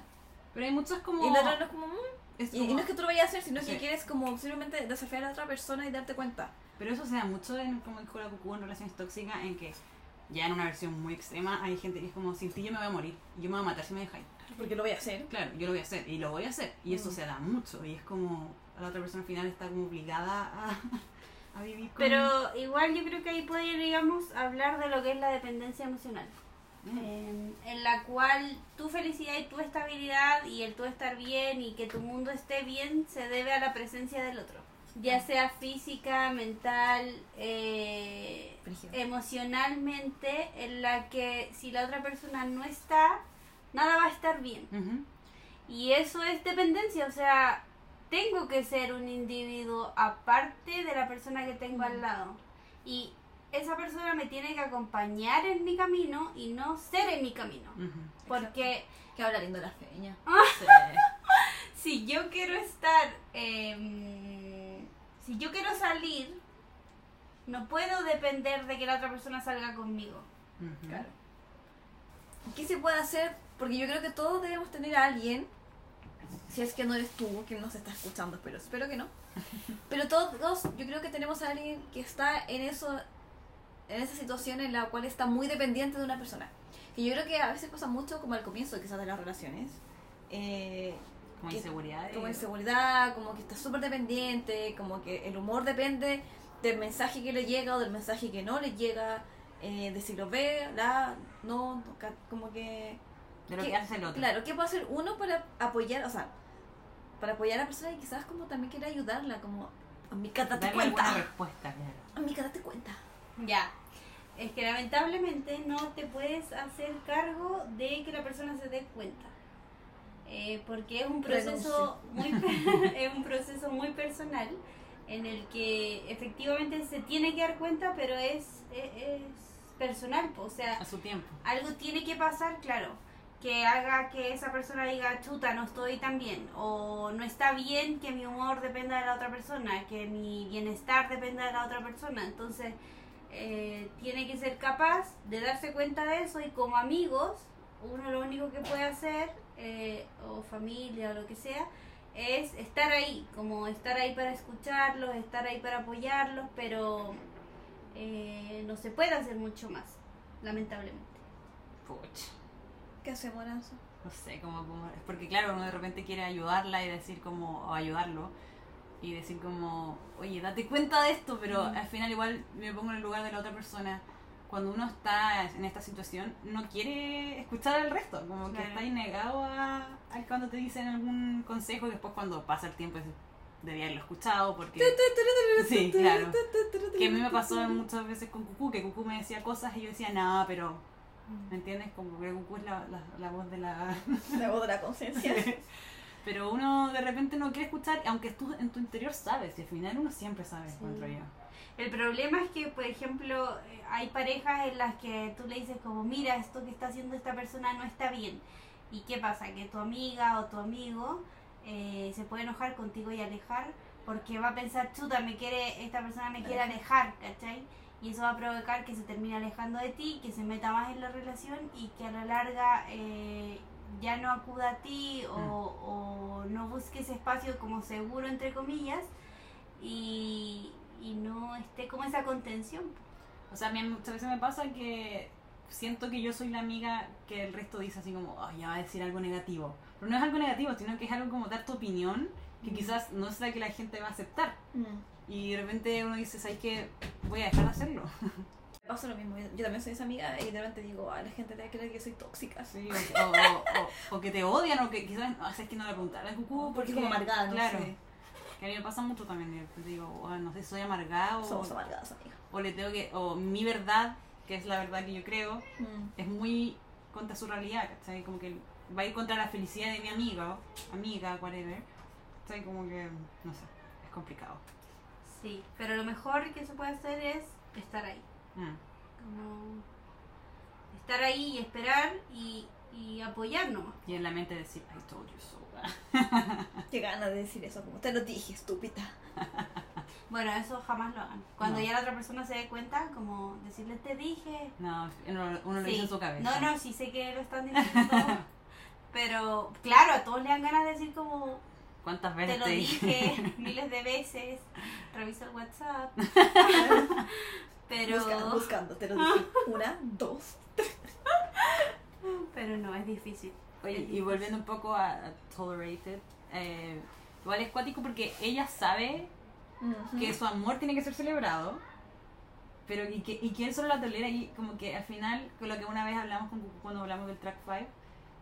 Speaker 2: Pero hay muchos como...
Speaker 1: Y la otra no es como, "Mm".
Speaker 2: es
Speaker 1: y, y
Speaker 2: como-
Speaker 1: no es que tú lo vayas a hacer, sino
Speaker 2: Sí.
Speaker 1: que quieres como simplemente desafiar a la otra persona y darte cuenta.
Speaker 2: Pero eso se da mucho en, como dijo la cucú, en relaciones tóxicas, en que ya en una versión muy extrema hay gente que es como, sin ti yo me voy a morir, yo me voy a matar si me dejáis.
Speaker 1: Porque lo voy a hacer.
Speaker 2: Claro, yo lo voy a hacer y lo voy a hacer. Y eso
Speaker 1: Mm.
Speaker 2: se da mucho. Y es como la otra persona al final está como obligada a, a vivir con.
Speaker 3: Pero igual yo creo que ahí podríamos hablar de lo que es la dependencia emocional.
Speaker 2: Mm.
Speaker 3: eh, en la cual tu felicidad y tu estabilidad y el tú estar bien y que tu mundo esté bien se debe a la presencia del otro, ya sea física, mental, eh,
Speaker 1: Brígido.
Speaker 3: emocionalmente, en la que si la otra persona no está, nada va a estar bien.
Speaker 2: Ujú.
Speaker 3: Y eso es dependencia, o sea, tengo que ser un individuo aparte de la persona que tengo al lado. Y esa persona me tiene que acompañar en mi camino y no ser en mi camino.
Speaker 2: Ujú.
Speaker 3: Porque
Speaker 1: Que habla lindo la feña.
Speaker 2: Sí.
Speaker 3: si yo quiero estar, em, si yo quiero salir, no puedo depender de que la otra persona salga conmigo.
Speaker 2: Ujú.
Speaker 1: Claro. ¿Qué se puede hacer? Porque yo creo que todos debemos tener a alguien, si es que no eres tú, que nos está escuchando, pero espero que no. Pero todos, yo creo que tenemos a alguien que está en eso, en esa situación en la cual está muy dependiente de una persona. Que yo creo que a veces pasa mucho como al comienzo quizás de las relaciones. Eh,
Speaker 2: Como
Speaker 1: Que-
Speaker 2: inseguridad.
Speaker 1: como inseguridad, como que está súper dependiente, como que el humor depende del mensaje que le llega o del mensaje que no le llega, eh, de si lo ve, la, no, no, ca- como que...
Speaker 2: De lo
Speaker 1: ¿qué-
Speaker 2: que hace el otro.
Speaker 1: Claro, ¿qué puede hacer uno para apoyar, o sea, para apoyar a la persona y quizás como también quiere ayudarla, como, amiga, date
Speaker 2: Darle
Speaker 1: cuenta.
Speaker 2: alguna respuesta, claro.
Speaker 1: Amiga, date cuenta.
Speaker 3: Ya. Es que lamentablemente no te puedes hacer cargo de que la persona se dé cuenta. Eh, porque es un proceso muy es un proceso muy personal en el que efectivamente se tiene que dar cuenta, pero es, es, es personal, po. o sea,
Speaker 2: A su tiempo.
Speaker 3: algo tiene que pasar, claro, que haga que esa persona diga, chuta, no estoy tan bien, o no está bien que mi humor dependa de la otra persona, que mi bienestar dependa de la otra persona. Entonces, eh, tiene que ser capaz de darse cuenta de eso y como amigos, uno lo único que puede hacer, eh, o familia o lo que sea, es estar ahí, como estar ahí para escucharlos, estar ahí para apoyarlos, pero eh, no se puede hacer mucho más, lamentablemente.
Speaker 2: Puch.
Speaker 1: ¿Qué hacemos, Aranzo?
Speaker 2: No sé cómo, cómo- es Porque claro, uno de repente quiere ayudarla y decir como... O ayudarlo. Y decir como... Oye, date cuenta de esto. Pero al final igual me pongo en el lugar de la otra persona. Cuando uno está en esta situación, no quiere escuchar al resto. Como que
Speaker 3: Claro.
Speaker 2: está ahí negado a, a cuando te dicen algún consejo. Y después cuando pasa el tiempo dices... Debí haberlo escuchado porque... Sí, claro. Que a mí me pasó muchas veces con Cucú, que Cucú me decía cosas y yo decía, no, pero... ¿Me entiendes? Como que Cucú es la, la, la voz de la...
Speaker 1: La voz de la conciencia.
Speaker 2: pero uno de repente no quiere escuchar, aunque tú en tu interior sabes, y al final uno siempre sabe,
Speaker 3: Sí.
Speaker 2: encuentro yo.
Speaker 3: El problema es que, por ejemplo, eh, hay parejas en las que tú le dices como, mira, esto que está haciendo esta persona no está bien. ¿Y qué pasa? Que tu amiga o tu amigo eh, se puede enojar contigo y alejar porque va a pensar, chuta, me quiere, esta persona me quiere alejar, ¿cachai? Y eso va a provocar que se termine alejando de ti, que se meta más en la relación y que a la larga eh, ya no acuda a ti o, o no busque ese espacio como seguro, entre comillas, y, y no esté como esa contención.
Speaker 2: O sea, a mí muchas veces me pasa que siento que yo soy la amiga que el resto dice así como, "Ay, ya va a decir algo negativo. Pero no es algo negativo, sino que es algo como dar tu opinión, que quizás no es la que la gente va a aceptar.
Speaker 1: Mm.
Speaker 2: Y de repente uno dice, ¿sabes qué? Voy a dejar de hacerlo.
Speaker 1: Me pasa lo mismo, yo yo también soy esa amiga y de repente digo, "Ay, la gente te va a creer que soy tóxica.
Speaker 2: Sí, o, o- o- o que te odian, o que quizás, no, es que no le preguntaron al cucú, porque
Speaker 1: como amargada, no
Speaker 2: claro,
Speaker 1: sé.
Speaker 2: Que a mí me pasa mucho también, de repente digo, "Oh, no sé, soy amargada, o,
Speaker 1: Somos amargadas, amiga.
Speaker 2: o le tengo que, o mi verdad, que es la verdad que yo creo,
Speaker 1: Mm.
Speaker 2: es muy contra su realidad, ¿cachai? Como que va a ir contra la felicidad de mi amiga, amiga, whatever, ¿cachai? Como que, no sé, es complicado.
Speaker 3: Sí, pero lo mejor que se puede hacer es estar ahí.
Speaker 2: Mm.
Speaker 3: Como estar ahí y esperar y, y apoyar nomás.
Speaker 2: Y en la mente decir, I told you so.
Speaker 1: Qué ganas de decir eso, como te lo dije, estúpida.
Speaker 3: Bueno, eso jamás lo hagan. Cuando
Speaker 2: No.
Speaker 3: ya la otra persona se dé cuenta, como decirle, te dije.
Speaker 2: No, uno, uno lo
Speaker 3: Sí.
Speaker 2: dice en su
Speaker 3: No,
Speaker 2: cabeza.
Speaker 3: no, sí sé que lo están diciendo todos. Pero claro, a todos le dan ganas de decir como,
Speaker 2: ¿Cuántas veces
Speaker 3: te lo
Speaker 2: dije?
Speaker 3: dije miles de veces, revisa el WhatsApp. Pero...
Speaker 1: Busca- buscando, te lo dije. Una, dos.
Speaker 3: Pero no, es difícil.
Speaker 2: Oye, y volviendo un poco a, a Tolerated, eh, igual es cuático porque ella sabe que su amor tiene que ser celebrado, pero y que, y que él solo la tolera y como que al final, con lo que una vez hablamos con Cucú cuando hablamos del track 5,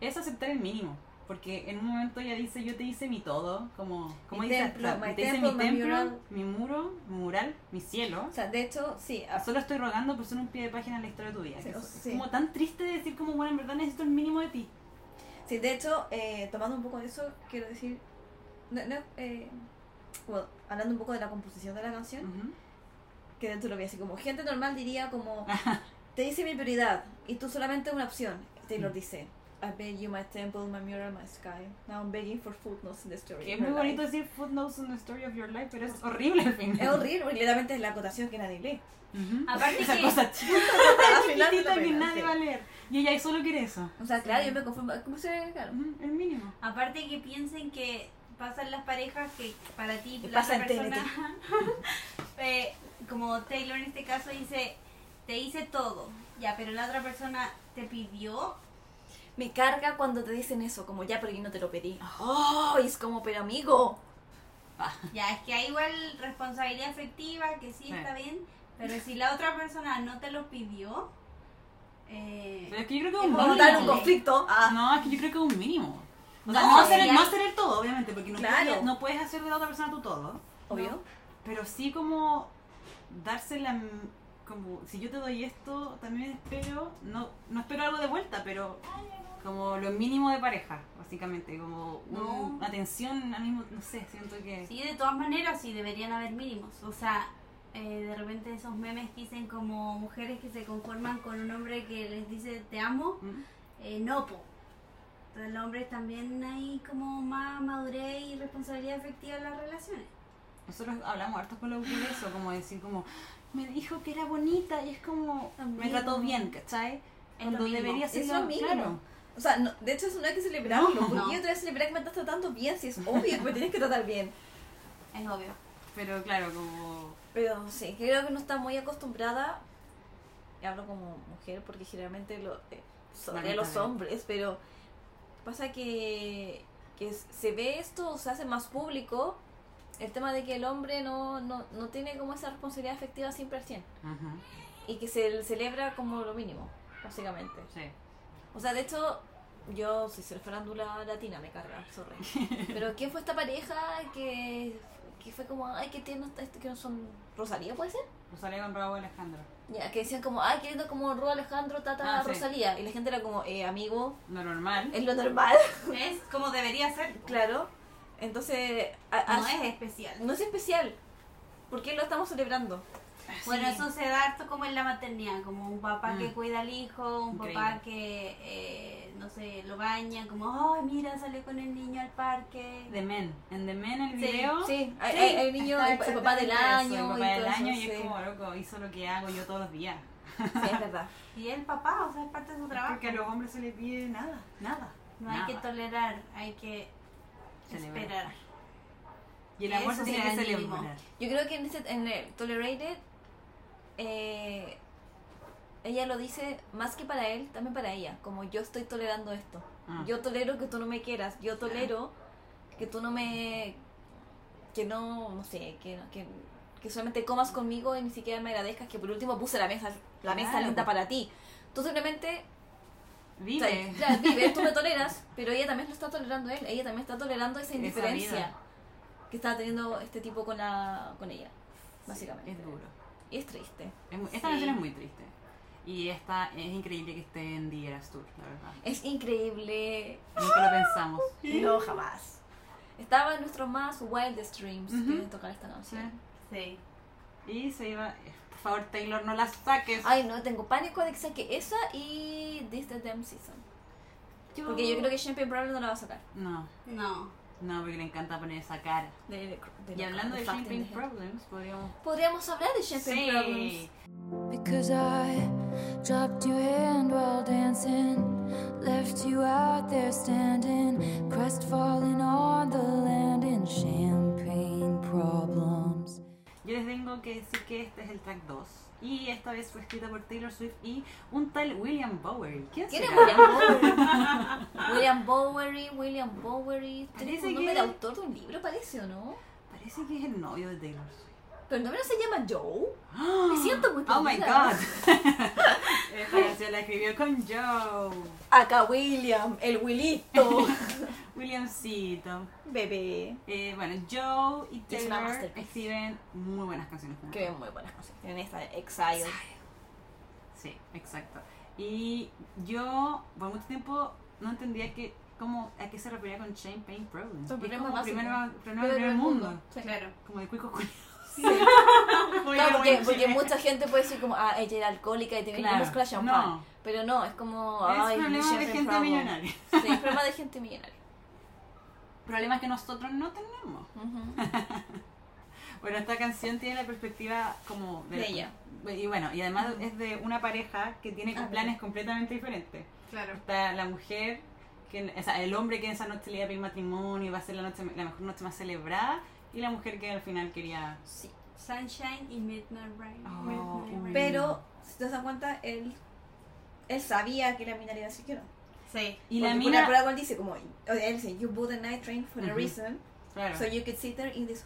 Speaker 2: es aceptar el mínimo. Porque en un momento ella dice, yo te hice mi todo, como, como
Speaker 1: Mi
Speaker 2: dice,
Speaker 1: templo,
Speaker 2: hasta-
Speaker 1: my
Speaker 2: te hice
Speaker 1: temple,
Speaker 2: mi
Speaker 1: my
Speaker 2: templo,
Speaker 1: mural".
Speaker 2: mi muro, mi mural, mi cielo.
Speaker 1: O sea, de hecho, sí, a-
Speaker 2: Solo estoy rogando por ser un pie de página en la historia de tu vida.
Speaker 1: Sí,
Speaker 2: que
Speaker 1: o
Speaker 2: es,
Speaker 1: sea, sí.
Speaker 2: como tan triste decir como, bueno, en verdad necesito el mínimo de ti.
Speaker 1: sí, de hecho eh, tomando un poco de eso, quiero decir, no- no, eh, bueno, hablando un poco de la composición de la canción,
Speaker 2: Ujú.
Speaker 1: que dentro lo vi así como gente normal diría como te hice mi prioridad y tú solamente una opción Taylor
Speaker 2: Mm.
Speaker 1: dice I beg you my temple my mural my sky now I'm begging for footnotes in the story
Speaker 2: Que
Speaker 1: of
Speaker 2: es muy
Speaker 1: her
Speaker 2: bonito
Speaker 1: life".
Speaker 2: decir footnotes in the story of your life, pero es horrible al final.
Speaker 1: es horrible porque claramente es la acotación que nadie lee
Speaker 2: Ujú.
Speaker 3: Aparte
Speaker 2: Esa
Speaker 3: que-
Speaker 2: cosa chiquita,
Speaker 1: Al final de la
Speaker 2: chiquitita que
Speaker 1: pena, sí.
Speaker 2: nadie va a leer. Y ella solo quiere eso.
Speaker 1: o sea claro yo me conformo ¿cómo se ve? Claro.
Speaker 2: Ujú, El mínimo.
Speaker 3: Aparte que piensen que pasan las parejas que para ti
Speaker 1: Que
Speaker 3: la
Speaker 1: pasa
Speaker 3: otra
Speaker 1: en TNT.
Speaker 3: persona eh, como Taylor en este caso dice te hice todo ya pero la otra persona te pidió
Speaker 1: me carga cuando te dicen eso como ya pero yo no te lo pedí oh y es como pero amigo
Speaker 3: ya es que hay igual responsabilidad afectiva que sí
Speaker 2: Sí.
Speaker 3: está bien pero si la otra persona no te lo pidió eh,
Speaker 2: Pero es que yo creo que es
Speaker 3: Es
Speaker 2: un
Speaker 1: vamos
Speaker 3: como
Speaker 1: a
Speaker 2: mínimo.
Speaker 1: notar
Speaker 3: tal
Speaker 1: un conflicto ah,
Speaker 2: No, es que yo creo que es un mínimo. O sea,
Speaker 1: No,
Speaker 2: no, hacer, el-
Speaker 1: ya-
Speaker 2: no hacer el todo, obviamente, porque no,
Speaker 1: Claro.
Speaker 2: puedes, no puedes hacer de la otra persona tu todo.
Speaker 1: Obvio.
Speaker 2: Pero sí como darse la... m- Como, si yo te doy esto, también espero... No, no espero algo de vuelta, pero como lo mínimo de pareja, básicamente. Como un-
Speaker 3: No.
Speaker 2: atención, al mismo, no sé, siento que...
Speaker 3: Sí, de todas maneras, sí deberían haber mínimos. O sea, eh, de repente esos memes que dicen como mujeres que se conforman con un hombre que les dice te amo,
Speaker 2: ¿Mm?
Speaker 3: eh, no, po. Entonces los hombres también hay como más madurez y responsabilidad afectiva en las relaciones.
Speaker 2: Nosotros hablamos harto con los de eso, como decir como... Me dijo que era bonita y es como...
Speaker 3: También.
Speaker 2: Me trató bien, ¿cachai?
Speaker 3: Es lo
Speaker 2: Cuando
Speaker 3: mínimo.
Speaker 2: debería ser
Speaker 1: Es
Speaker 2: lo-
Speaker 1: lo mínimo.
Speaker 2: Claro.
Speaker 1: O sea, no- de hecho, eso no hay que celebrarlo.
Speaker 2: No.
Speaker 1: ¿Por
Speaker 3: No.
Speaker 1: qué yo te voy a celebrar que me estás tratando bien? Si es obvio que me tienes que tratar bien.
Speaker 3: Es obvio.
Speaker 2: Pero claro, como...
Speaker 1: Pero sí, creo que no está muy acostumbrada. y hablo como mujer porque generalmente lo, eh, son de los
Speaker 2: Lamentablemente.
Speaker 1: hombres, pero pasa que, que s- se ve esto, o se hace más público el tema de que el hombre no, no, no tiene como esa responsabilidad afectiva 100%
Speaker 2: Ajá,
Speaker 1: y que se le celebra como lo mínimo, básicamente.
Speaker 2: sí.
Speaker 1: O sea, de hecho, yo soy ser farándula latina, me carga, sorry. Pero ¿quién fue esta pareja que, que fue como, ay, que tiene, que no son Rosalía, puede ser?
Speaker 2: Rosalía con Raúl Alejandro.
Speaker 1: Ya, que decían como, ay, qué lindo como Ru Alejandro, Tata,
Speaker 2: Ah, sí.
Speaker 1: Rosalía. Y la gente era como, eh, amigo,
Speaker 2: Lo normal.
Speaker 1: es lo normal,
Speaker 3: Es como debería ser.
Speaker 1: claro. Entonces, a-
Speaker 3: No
Speaker 1: a-
Speaker 3: es especial.
Speaker 1: no es especial. ¿Por qué lo estamos celebrando?
Speaker 3: Bueno, eso se da harto como en la maternidad, como un papá
Speaker 2: Mm.
Speaker 3: que cuida al hijo, un
Speaker 2: Increíble.
Speaker 3: papá que, eh, no sé, lo baña, como, ay, mira, salió con el niño al parque.
Speaker 2: The Men. En The Men el
Speaker 3: Sí,
Speaker 2: video.
Speaker 1: Sí, hay,
Speaker 3: Sí,
Speaker 1: hay- hay niño,
Speaker 3: está
Speaker 1: el, pa- el papá del año.
Speaker 2: Eso, el
Speaker 1: y
Speaker 2: papá del
Speaker 1: todo
Speaker 2: año
Speaker 1: eso,
Speaker 2: y
Speaker 1: sí.
Speaker 2: es como loco, hizo lo que hago yo todos los días.
Speaker 1: Sí, es verdad.
Speaker 3: Y el papá, o sea, es parte de su trabajo.
Speaker 2: Porque a los hombres se les pide nada, nada.
Speaker 3: No
Speaker 2: nada.
Speaker 3: hay que tolerar, hay que
Speaker 2: Celebrar.
Speaker 3: esperar.
Speaker 2: Y el amor
Speaker 3: Eso
Speaker 2: se
Speaker 3: sí
Speaker 2: tiene que
Speaker 3: es mínimo.
Speaker 2: celebrar.
Speaker 1: Yo creo que en, este, en el Tolerated, eh, ella lo dice más que para él, también para ella. Como yo estoy tolerando esto.
Speaker 2: Ah.
Speaker 1: Yo tolero que tú no me quieras. Yo tolero que tú no me. que no. no sé, que, no- que, que solamente comas conmigo y ni siquiera me agradezcas que por último puse la mesa, la mesa
Speaker 2: Claro.
Speaker 1: linda para ti. Tú simplemente. o sea,
Speaker 2: Vive.
Speaker 1: claro, vive, tú me toleras, pero ella también lo está tolerando a él. Ella también está tolerando esa indiferencia
Speaker 2: vida.
Speaker 1: que está teniendo este tipo con, la, con ella, básicamente.
Speaker 2: Es duro.
Speaker 1: Y es triste.
Speaker 2: Es muy- esta
Speaker 3: Sí.
Speaker 2: canción es muy triste. Y esta es increíble que esté en The Eras Tour, la verdad.
Speaker 1: Es increíble.
Speaker 2: Nunca lo pensamos.
Speaker 1: No, jamás. Estaba en nuestros más wildest dreams
Speaker 2: Ujú.
Speaker 1: de tocar esta
Speaker 2: Sí.
Speaker 1: canción.
Speaker 3: Sí.
Speaker 2: Y se iba. Por favor, Taylor, no la saques.
Speaker 1: Ay, no, tengo pánico de que saque esa y This the Damn Season. Porque yo creo que Champagne Problem no la va a sacar.
Speaker 2: No,
Speaker 3: No.
Speaker 2: no, porque le encanta poner esa cara.
Speaker 1: De- de- de-
Speaker 2: Y hablando de
Speaker 1: Fact
Speaker 2: Champagne
Speaker 1: in the Head.
Speaker 2: Problems, podríamos.
Speaker 1: Podríamos hablar de Champagne Problems.
Speaker 2: Sí.
Speaker 4: Because I dropped your hand while dancing, left you out there standing, crestfallen on the land in champagne problems.
Speaker 2: Yo les tengo que decir que este es el track 2. Y esta vez fue escrita por Taylor Swift y un tal William Bowery. ¿Quién
Speaker 1: ¿Quién es
Speaker 2: será?
Speaker 1: William Bowery? William Bowery, William Bowery. Tiene
Speaker 2: Parece
Speaker 1: un nombre
Speaker 2: que-
Speaker 1: de autor de un libro, parece, ¿o no?
Speaker 2: Parece que es el novio de Taylor Swift.
Speaker 1: Pero el nombre no se llama Joe.
Speaker 2: ¡Ah!
Speaker 1: Me siento muy
Speaker 2: Oh my
Speaker 1: perdida.
Speaker 2: god. Esta canción la escribió con Joe.
Speaker 1: Acá William, el Willito.
Speaker 2: Williamcito.
Speaker 1: Bebé.
Speaker 2: Eh, bueno, Joe y
Speaker 1: Es una
Speaker 2: Taylor
Speaker 1: masterpiece.
Speaker 2: escriben muy buenas canciones juntos.
Speaker 1: Que ven muy buenas cosas. Tienen esta de Exile.
Speaker 2: Sí, exacto. Y yo por mucho tiempo no entendía que cómo a qué se refería con champagne problems.
Speaker 1: Son
Speaker 2: Es
Speaker 1: problemas
Speaker 2: como
Speaker 1: básicos.
Speaker 2: primero, primero,
Speaker 1: Pero
Speaker 2: primer
Speaker 1: el
Speaker 2: mundo.
Speaker 1: Sí.
Speaker 3: Claro.
Speaker 2: Como de cuico culiao.
Speaker 1: Claro, porque, porque mucha gente puede decir como, ah, ella era alcohólica y tenía
Speaker 2: Claro,
Speaker 1: que mezclar champán.
Speaker 2: no.
Speaker 1: Pero no, es como,
Speaker 2: Es
Speaker 1: ay,
Speaker 2: problema de
Speaker 1: champagne
Speaker 2: gente
Speaker 1: problem.
Speaker 2: millonaria.
Speaker 1: Sí, es problema de gente millonaria.
Speaker 2: Problemas que nosotros no tenemos.
Speaker 1: Ujú.
Speaker 2: Bueno, esta canción tiene la perspectiva como
Speaker 1: De ella.
Speaker 2: Y bueno, y además es de una pareja que tiene
Speaker 1: Ah,
Speaker 2: planes completamente diferentes.
Speaker 3: Claro.
Speaker 2: Está la mujer, que, o sea, el hombre que esa noche le iba a pedir matrimonio y va a ser la, noche, la mejor noche más celebrada, y la mujer que al final quería.
Speaker 1: Sí.
Speaker 3: Sunshine y Midnight Rain.
Speaker 2: Oh,
Speaker 3: Midnight
Speaker 2: uy.
Speaker 3: Rain.
Speaker 1: Pero, si te das cuenta, él, él sabía que la mina le iba a decir que no.
Speaker 3: Sí.
Speaker 1: Porque
Speaker 2: Y la
Speaker 1: por una
Speaker 2: mina.
Speaker 1: prueba, él dice como, o sea, él dice, you bought a night train for a
Speaker 2: Ujú.
Speaker 1: reason,
Speaker 2: Claro,
Speaker 1: so you could sit there in this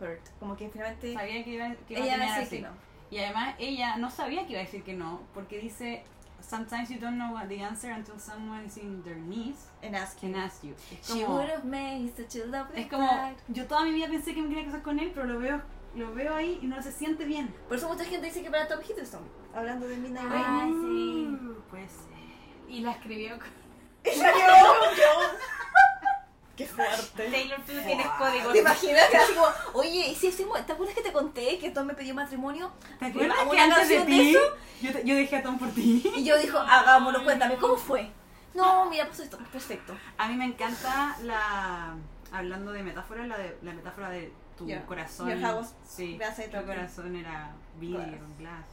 Speaker 1: hurt. Como que finalmente
Speaker 2: sabía que iba, que iba
Speaker 1: ella
Speaker 2: a
Speaker 1: le
Speaker 2: terminar
Speaker 1: decía
Speaker 2: así.
Speaker 1: que no.
Speaker 2: Y además ella no sabía que iba a decir que no, porque dice, sometimes you don't know what the answer until someone is in their knees
Speaker 1: En Ask
Speaker 2: can
Speaker 1: You.
Speaker 2: ask you. Es
Speaker 1: She
Speaker 2: como,
Speaker 1: would have made such a lovely
Speaker 2: es como
Speaker 1: bride.
Speaker 2: yo toda mi vida pensé que me quería casar con él, pero lo veo, lo veo ahí y no se siente bien.
Speaker 1: Por eso mucha gente dice que para Tom Hiddleston. Hablando de Midnight
Speaker 3: Ah,
Speaker 1: Rain.
Speaker 3: sí.
Speaker 2: Mm, Pues eh,
Speaker 3: Y la escribió con...
Speaker 1: ¡Qué fuerte!
Speaker 3: Taylor, tú tienes código.
Speaker 1: ¿Te imaginas que así como, oye, y si hacemos, ¿te acuerdas que te conté que Tom me pidió matrimonio?
Speaker 2: ¿Te acuerdas
Speaker 1: ¿Una
Speaker 2: que antes de
Speaker 1: canción de
Speaker 2: ti
Speaker 1: eso?
Speaker 2: yo, te- yo dejé a Tom por ti?
Speaker 1: Y yo dijo, hagámoslo, cuéntame, ¿cómo fue? No, mira, pasó esto, perfecto.
Speaker 2: A mí me encanta la. Hablando de metáfora, la, de, la metáfora de tu
Speaker 1: Yeah.
Speaker 2: corazón.
Speaker 1: Your house.
Speaker 2: Sí,
Speaker 1: Glass I
Speaker 2: tu
Speaker 1: don't
Speaker 2: corazón era vidrio,
Speaker 1: Glass.
Speaker 2: glass.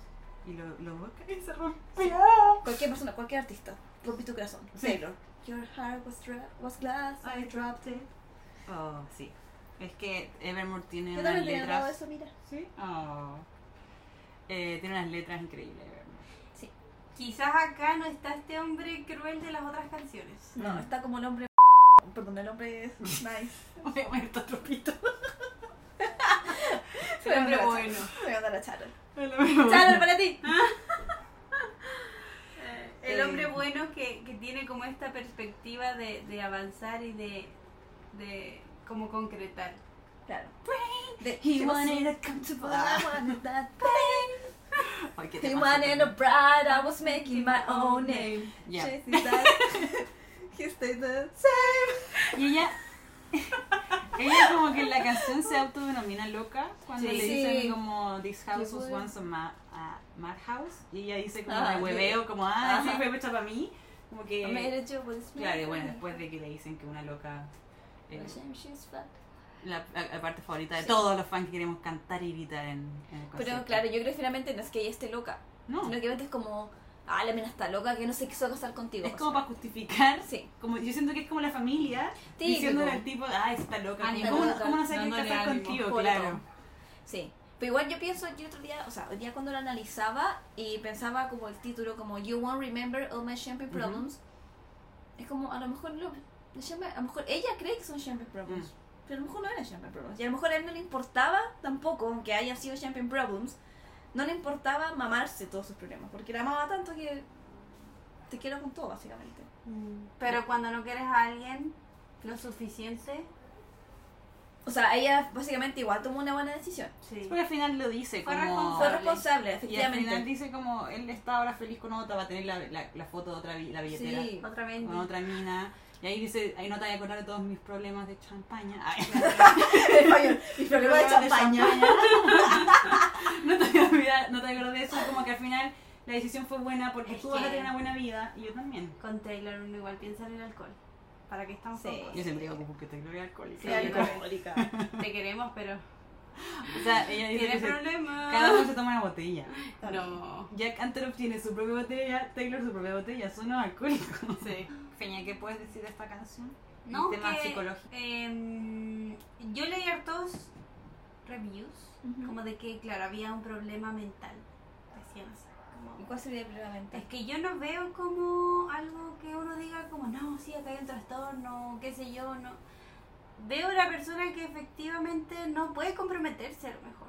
Speaker 2: Y lo, lo boca y se rompió.
Speaker 1: Cualquier persona, cualquier artista, rompí tu corazón.
Speaker 2: Sí.
Speaker 1: Taylor. Your heart was, dra- was glass, I dropped it.
Speaker 2: Oh, sí. Es que Evermore tiene
Speaker 1: Yo
Speaker 2: unas
Speaker 1: también tenía todo
Speaker 2: letras.
Speaker 1: eso, mira.
Speaker 2: Sí. Oh. Eh, tiene unas letras increíbles, Evermore.
Speaker 3: Quizás acá no está este hombre cruel de las otras canciones.
Speaker 1: No,
Speaker 2: Mm.
Speaker 1: está como el hombre. Perdón, el hombre es nice.
Speaker 2: Voy a poner otro pito.
Speaker 1: El hombre
Speaker 3: Pero
Speaker 1: bueno. Me voy a dar a Charol.
Speaker 2: Chalo,
Speaker 1: Charol para ti.
Speaker 2: Ah.
Speaker 3: Eh, El hombre bueno que, que tiene como esta perspectiva de, de avanzar y de, de como concretar.
Speaker 1: Claro. De,
Speaker 2: He
Speaker 1: he wanted
Speaker 2: wanted
Speaker 1: a comfortable, I wanted that pain.
Speaker 2: Ay, ¿qué te
Speaker 1: He
Speaker 2: pasa,
Speaker 1: wanted a
Speaker 2: Pedro?
Speaker 1: bride, I was making my own name.
Speaker 2: Ya.
Speaker 1: Chasing that. he stayed the same.
Speaker 2: Y ella. Ella como que en la canción se autodenomina loca cuando
Speaker 1: Sí.
Speaker 2: le
Speaker 1: Sí.
Speaker 2: dicen como This house
Speaker 1: Qué
Speaker 2: was
Speaker 1: bueno.
Speaker 2: once a ma- a madhouse y ella dice como
Speaker 1: Ah,
Speaker 2: de
Speaker 1: sí.
Speaker 2: hueveo como ah sí
Speaker 1: Ajá.
Speaker 2: fue hecha para mí como
Speaker 1: I made
Speaker 2: que
Speaker 1: a joke, but it's not
Speaker 2: claro y bueno
Speaker 1: funny.
Speaker 2: después de eh, que le dicen que una loca eh,
Speaker 1: But shame she's fat.
Speaker 2: la, la- la parte favorita de
Speaker 1: Sí.
Speaker 2: todos los fans que queremos cantar y gritar en, en el
Speaker 1: Pero
Speaker 2: concierto.
Speaker 1: claro, yo creo que finalmente no es que ella esté loca,
Speaker 2: no
Speaker 1: sino que veces es como, ah, la mina está loca, que no se quiso casar contigo.
Speaker 2: es como para justificar
Speaker 1: Sí.
Speaker 2: como yo siento que es como la familia
Speaker 1: Típico.
Speaker 2: diciéndole al tipo ah está loca
Speaker 1: Ah,
Speaker 2: como,
Speaker 1: está
Speaker 2: ¿cómo,
Speaker 1: loca,
Speaker 2: cómo no se quiere
Speaker 3: dándole
Speaker 2: casar
Speaker 3: ánimo.
Speaker 2: contigo
Speaker 1: Por
Speaker 2: claro
Speaker 1: todo. Sí, pero igual yo pienso, yo otro día, o sea, hoy día cuando lo analizaba y pensaba como el título, como You Won't Remember All My Champagne
Speaker 2: Ujú.
Speaker 1: Problems, es como a lo mejor lo, los champagne- a lo mejor ella cree que son champagne problems,
Speaker 2: Mm.
Speaker 1: pero a lo mejor no eran champagne problems, y a lo mejor a él no le importaba tampoco, aunque haya sido champagne problems, no le importaba mamarse todos sus problemas, porque la amaba tanto que te quiero con todo, básicamente.
Speaker 3: Pero cuando no quieres a alguien lo suficiente,
Speaker 1: O sea, ella básicamente igual tomó una buena decisión.
Speaker 3: sí.
Speaker 2: Porque al final lo dice
Speaker 3: Fue
Speaker 2: como...
Speaker 1: Fue
Speaker 3: Vale.
Speaker 1: responsable,
Speaker 2: Y al
Speaker 1: efectivamente.
Speaker 2: final dice como, él está ahora feliz con otra, va a tener la, la, la foto de otra bi- la billetera
Speaker 1: Sí.
Speaker 3: Otra vez.
Speaker 2: con otra mina. Y ahí dice, ahí no te voy a acordar de todos mis problemas de champaña. Ay,
Speaker 1: Y problema de champaña.
Speaker 2: no, te voy a olvidar, no te voy a acordar de eso. Como que al final la decisión fue buena porque
Speaker 3: Es
Speaker 2: tú vas a
Speaker 3: que-
Speaker 2: tener una buena vida y yo también.
Speaker 3: Con Taylor uno igual piensa en el alcohol. ¿Para qué estamos
Speaker 1: Sí.
Speaker 2: Yo siempre digo como que te creo alcohólica.
Speaker 3: Sí,
Speaker 1: Soy alcohólica.
Speaker 3: Te queremos, pero
Speaker 2: O sea, ella dice que
Speaker 3: tienes
Speaker 2: se-
Speaker 3: problemas.
Speaker 2: cada uno se toma una botella.
Speaker 3: No.
Speaker 2: Jack Antelope tiene su propia botella, Taylor su propia botella, son los alcohólicos.
Speaker 3: Sí.
Speaker 2: Peña, ¿qué puedes decir de esta canción?
Speaker 3: No,
Speaker 2: Un tema
Speaker 3: que,
Speaker 2: psicológico.
Speaker 3: em, yo leí hartos reviews,
Speaker 1: Ujú.
Speaker 3: como de que, claro, había un problema mental. Decían así,
Speaker 1: ¿Y
Speaker 3: como,
Speaker 1: cuál sería previamente?
Speaker 3: es que yo no veo como algo que uno diga como, no, sí, acá hay un trastorno, qué sé yo, no. Veo una persona que efectivamente no puede comprometerse a lo mejor,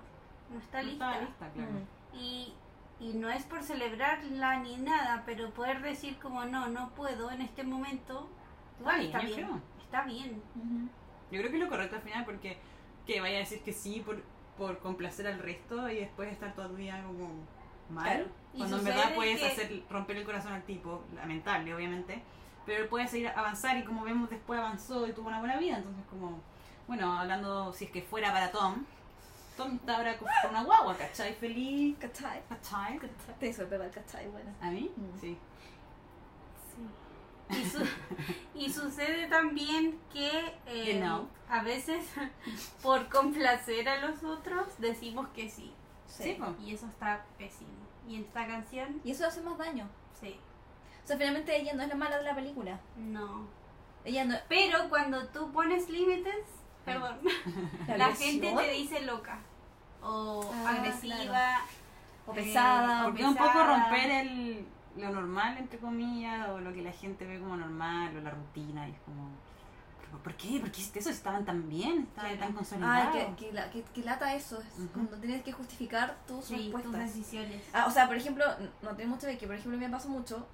Speaker 3: no está
Speaker 2: No
Speaker 3: lista.
Speaker 1: Mm.
Speaker 2: estaba
Speaker 3: Mm.
Speaker 2: lista, claro.
Speaker 3: Y, y no es por celebrarla ni nada, pero poder decir como, no, no puedo en este momento, igual
Speaker 2: Ay,
Speaker 3: está
Speaker 2: yo
Speaker 3: bien,
Speaker 2: creo.
Speaker 3: está bien.
Speaker 2: Yo creo que es lo correcto al final porque que vaya a decir que sí por, por complacer al resto y después estar todo el día como mal.
Speaker 1: Claro.
Speaker 3: Y
Speaker 2: Cuando en
Speaker 3: sucede
Speaker 2: verdad puedes
Speaker 3: que-
Speaker 2: hacer romper el corazón al tipo, lamentable obviamente, pero él puede seguir avanzar y como vemos después avanzó y tuvo una buena vida, entonces como, bueno, hablando si es que fuera para Tom, Tom está ahora con con una guagua, ¿cachai? Feliz,
Speaker 1: ¿Cachai?
Speaker 2: ¿cachai?
Speaker 1: Te hizo el bebé el cachai, bueno.
Speaker 2: ¿A mí?
Speaker 1: Mm.
Speaker 2: Sí.
Speaker 3: Sí. Y, su- y sucede también que eh,
Speaker 2: You know.
Speaker 3: a veces por complacer a los otros decimos que sí.
Speaker 1: Sí.
Speaker 2: po.
Speaker 3: Y eso está pésimo. Y en esta canción,
Speaker 1: Y eso hace más daño.
Speaker 3: sí,
Speaker 1: O sea, finalmente ella no es la mala de la película.
Speaker 3: no.
Speaker 1: Ella no.
Speaker 3: Pero cuando tú pones límites, perdón,
Speaker 1: La,
Speaker 3: la
Speaker 1: agresión,
Speaker 3: gente te dice loca o
Speaker 1: Ah,
Speaker 3: agresiva.
Speaker 1: claro. O
Speaker 3: eh,
Speaker 1: pesada. o-
Speaker 2: Porque es un poco
Speaker 3: pesada.
Speaker 2: romper el, lo normal, entre comillas, o lo que la gente ve como normal, o la rutina, y es como, ¿por pero ¿por qué? ¿Por qué hiciste eso? Estaban tan bien, estaban
Speaker 3: Claro.
Speaker 2: tan
Speaker 1: Ay,
Speaker 2: consolidados.
Speaker 1: que, que, la- que- que lata eso, es
Speaker 2: Ujú.
Speaker 1: cuando tienes que justificar tus
Speaker 3: Sí, tus
Speaker 1: respuestas.
Speaker 3: decisiones.
Speaker 1: Ah, o sea, por ejemplo, n- no tenemos que ver que, por ejemplo, me pasa mucho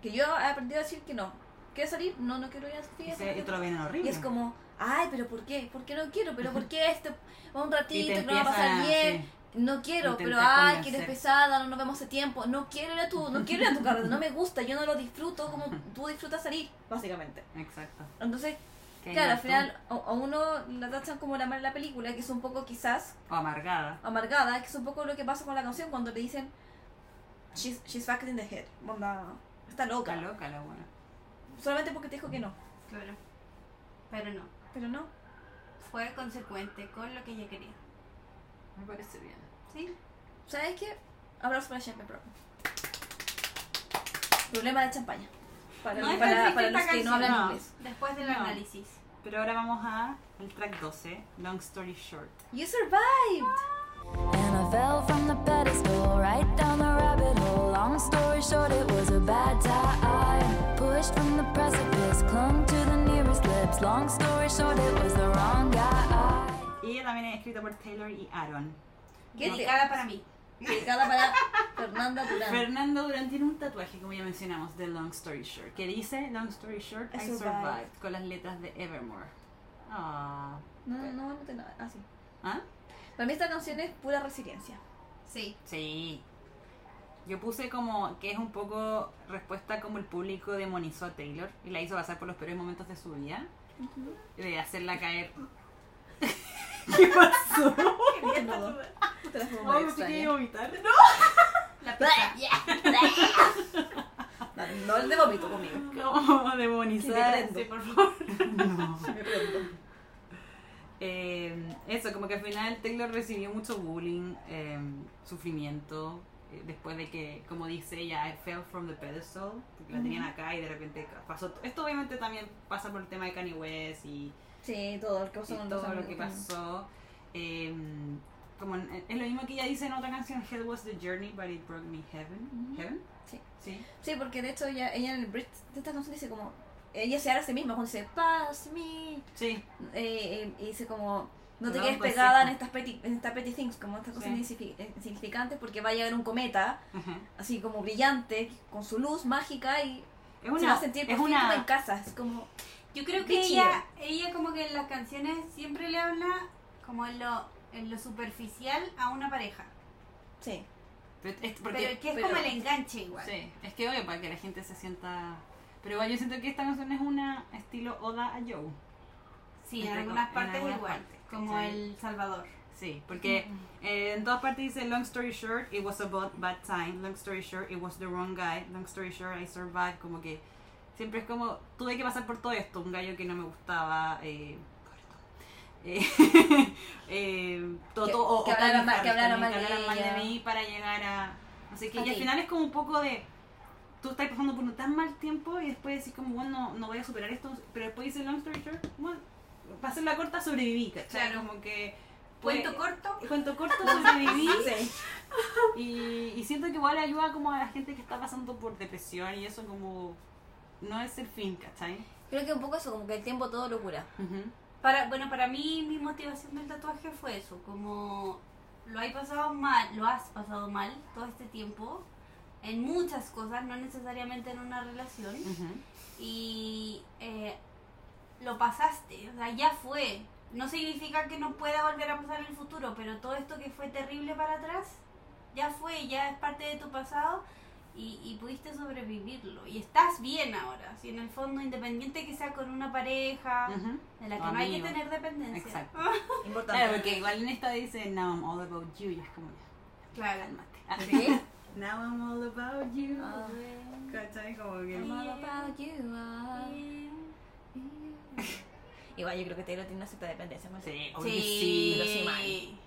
Speaker 1: que yo he aprendido a decir que no. ¿Quieres salir? No, no quiero ir a las
Speaker 2: Y
Speaker 1: fiestas.
Speaker 2: se- y
Speaker 1: no
Speaker 2: te lo ven
Speaker 1: quiero- Y
Speaker 2: horrible.
Speaker 1: es como, ay, pero ¿por qué? ¿Por qué no quiero? ¿Pero por qué este? Un
Speaker 2: Y
Speaker 1: ratito,
Speaker 2: te
Speaker 1: que no va a pasar
Speaker 2: empiezan
Speaker 1: bien.
Speaker 2: sí.
Speaker 1: No quiero, pero
Speaker 2: Intentas
Speaker 1: ay, que
Speaker 2: convencer.
Speaker 1: eres pesada, no nos vemos hace tiempo. No quiero ir a tu, no quiero ir a tu carrera, no me gusta, yo no lo disfruto como tú disfrutas salir, básicamente.
Speaker 2: Exacto.
Speaker 1: Entonces,
Speaker 2: Que
Speaker 1: claro, al
Speaker 2: no, tú-
Speaker 1: final a, a uno la tachan como la mala en la película, que es un poco quizás
Speaker 2: O amargada.
Speaker 1: amargada, que es un poco lo que pasa con la canción cuando le dicen she's, she's fucked in the head, onda, está loca,
Speaker 2: Loca, loca la buena.
Speaker 1: solamente porque te dijo que no,
Speaker 3: Claro. Pero no.
Speaker 1: pero no.
Speaker 3: Fue consecuente con lo que ella quería.
Speaker 2: Me parece bien.
Speaker 3: ¿Sí?
Speaker 1: ¿Sabes qué? Abrazo para Champagne Problem. Problema de champaña. Para,
Speaker 3: No es
Speaker 1: para,
Speaker 3: perfecta
Speaker 1: para
Speaker 3: esta
Speaker 1: los que no
Speaker 3: canción,
Speaker 1: hablan
Speaker 2: no.
Speaker 1: inglés.
Speaker 3: Después del
Speaker 2: No.
Speaker 3: análisis.
Speaker 2: Pero ahora vamos a el track 12, Long Story Short.
Speaker 1: You survived.
Speaker 4: And I fell from the pedestal right down the rabbit hole. Long story short, it was a bad time. Pushed from the precipice, clung to the nearest lips. Long story short, it was the wrong guy.
Speaker 2: Y también es escrita por Taylor y Aaron.
Speaker 1: ¿Qué te
Speaker 3: Dedicada para mí.
Speaker 1: dedicada para Fernanda Durán?
Speaker 2: Fernando Durán tiene un tatuaje, como ya mencionamos, de Long Story Short, que dice Long Story Short, I,
Speaker 1: I
Speaker 2: survived.
Speaker 1: survived.
Speaker 2: con las letras de Evermore. Ah.
Speaker 1: No, no, no, no te nada. Ah, sí.
Speaker 2: ¿Ah?
Speaker 1: Para mí esta canción es pura resiliencia.
Speaker 3: Sí.
Speaker 2: Sí. Yo puse como que es un poco respuesta como el público demonizó a Taylor y la hizo pasar por los peores momentos de su vida. De hacerla caer. ¿Qué pasó?
Speaker 1: Nudo. Te la pongo muy
Speaker 2: Ay, pensé que iba
Speaker 1: extraña.
Speaker 2: a vomitar.
Speaker 3: La pizza.
Speaker 1: No, no el de vómito conmigo.
Speaker 2: ¿Cómo demonizar?
Speaker 1: Que me prendo.
Speaker 2: Sí, por favor. No.
Speaker 1: Me pregunto.
Speaker 2: Eh, eso, como que al final Taylor recibió mucho bullying, eh, sufrimiento, eh, después de que, como dice ella, I fell from the pedestal, porque la tenían acá y de repente pasó. to- Esto obviamente también pasa por el tema de Kanye West y,
Speaker 1: Sí, todo lo que
Speaker 2: y
Speaker 1: pasó con
Speaker 2: todo
Speaker 1: los
Speaker 2: lo que
Speaker 1: amigos.
Speaker 2: pasó. Eh, como en- es lo mismo que ella dice en otra canción, Hell was the journey, but it brought me heaven. ¿Heaven?
Speaker 1: Sí.
Speaker 2: Sí.
Speaker 1: Sí, porque de hecho ella, ella en el bridge de esta canción dice como... Ella se hará a sí misma cuando dice, pass me.
Speaker 2: Sí.
Speaker 1: Eh, eh, y dice como... No te
Speaker 2: No,
Speaker 1: quedes
Speaker 2: pues,
Speaker 1: pegada
Speaker 2: sí.
Speaker 1: en estas petty, en estas petty things, como estas cosas
Speaker 2: Sí.
Speaker 1: insignifi- eh, insignificantes, porque va a llegar un cometa,
Speaker 2: Ajá.
Speaker 1: así como brillante, con su luz mágica, y
Speaker 2: Es
Speaker 1: se va
Speaker 2: una,
Speaker 1: a sentir
Speaker 2: es
Speaker 1: por fin como en
Speaker 2: una,
Speaker 1: casa. Es como,
Speaker 3: Yo creo que
Speaker 1: Bitchy.
Speaker 3: ella, ella como que en las canciones siempre le habla como en lo, en lo superficial a una pareja.
Speaker 1: sí.
Speaker 2: es- porque-
Speaker 3: Pero que es
Speaker 1: pero-
Speaker 3: como el enganche igual.
Speaker 2: Sí, es que obvio para que la gente se sienta. Pero igual yo siento que esta canción es una estilo oda a Joe.
Speaker 3: Sí, en
Speaker 2: Entre
Speaker 3: algunas
Speaker 2: co- en
Speaker 3: partes
Speaker 2: algunas
Speaker 3: igual.
Speaker 2: partes,
Speaker 3: como
Speaker 2: ¿cachai?
Speaker 3: El Salvador.
Speaker 2: Sí, porque eh, en todas partes dice long story short, it was a bad, bad time, long story short, it was the wrong guy, long story short, I survived, como que siempre es como, tuve que pasar por todo esto, un gallo que no me gustaba, eh, pobre Tom. eh, eh, todo,
Speaker 1: Que-
Speaker 2: o,
Speaker 1: que
Speaker 2: o
Speaker 1: hablara
Speaker 2: Calvin
Speaker 1: mal- que
Speaker 2: Harris
Speaker 1: hablara
Speaker 2: también,
Speaker 1: mal
Speaker 2: que
Speaker 1: de
Speaker 2: hablaran mal de
Speaker 1: ella.
Speaker 2: mí para llegar a... Así que
Speaker 1: A
Speaker 2: y al
Speaker 1: ti.
Speaker 2: final es como un poco de... Tú estás pasando por un tan mal tiempo y después decís como, bueno, no, no voy a superar esto, pero después dice long story short, bueno, para hacer la corta sobreviví, ¿cachai?
Speaker 3: Claro.
Speaker 2: Como que... fue-
Speaker 3: Cuento corto.
Speaker 2: cuento corto sobreviví y, y siento que igual ayuda como a la gente que está pasando por depresión y eso como no es el fin, ¿cachai?
Speaker 1: Creo que un poco eso, como que el tiempo todo lo cura.
Speaker 3: Para, bueno, para mí mi motivación del tatuaje fue eso, como lo has pasado mal, lo has pasado mal todo este tiempo, en muchas cosas, no necesariamente en una relación,
Speaker 2: Mm.
Speaker 3: y eh, lo pasaste, o sea, ya fue. No significa que no pueda volver a pasar en el futuro, pero todo esto que fue terrible para atrás, ya fue, ya es parte de tu pasado y, y pudiste sobrevivirlo. Y estás bien ahora, si en el fondo, independiente que sea con una pareja,
Speaker 2: Ujú.
Speaker 3: de la que
Speaker 2: O
Speaker 3: no hay
Speaker 2: amigo.
Speaker 3: que tener dependencia. Ah,
Speaker 2: Exacto.
Speaker 1: Importante.
Speaker 2: Claro, porque igual en esta dice Now I'm all about you y es como ya,
Speaker 3: Claro.
Speaker 2: cálmate. Ah,
Speaker 1: ¿Qué?
Speaker 2: Now I'm all about you.
Speaker 1: Ah.
Speaker 2: ¿Cachai? Como que.
Speaker 1: I'm all about you, I- Igual yo creo que Taylor tiene una cierta dependencia. ¿no?
Speaker 2: Sí, obvio que
Speaker 3: Sí.
Speaker 1: pero sí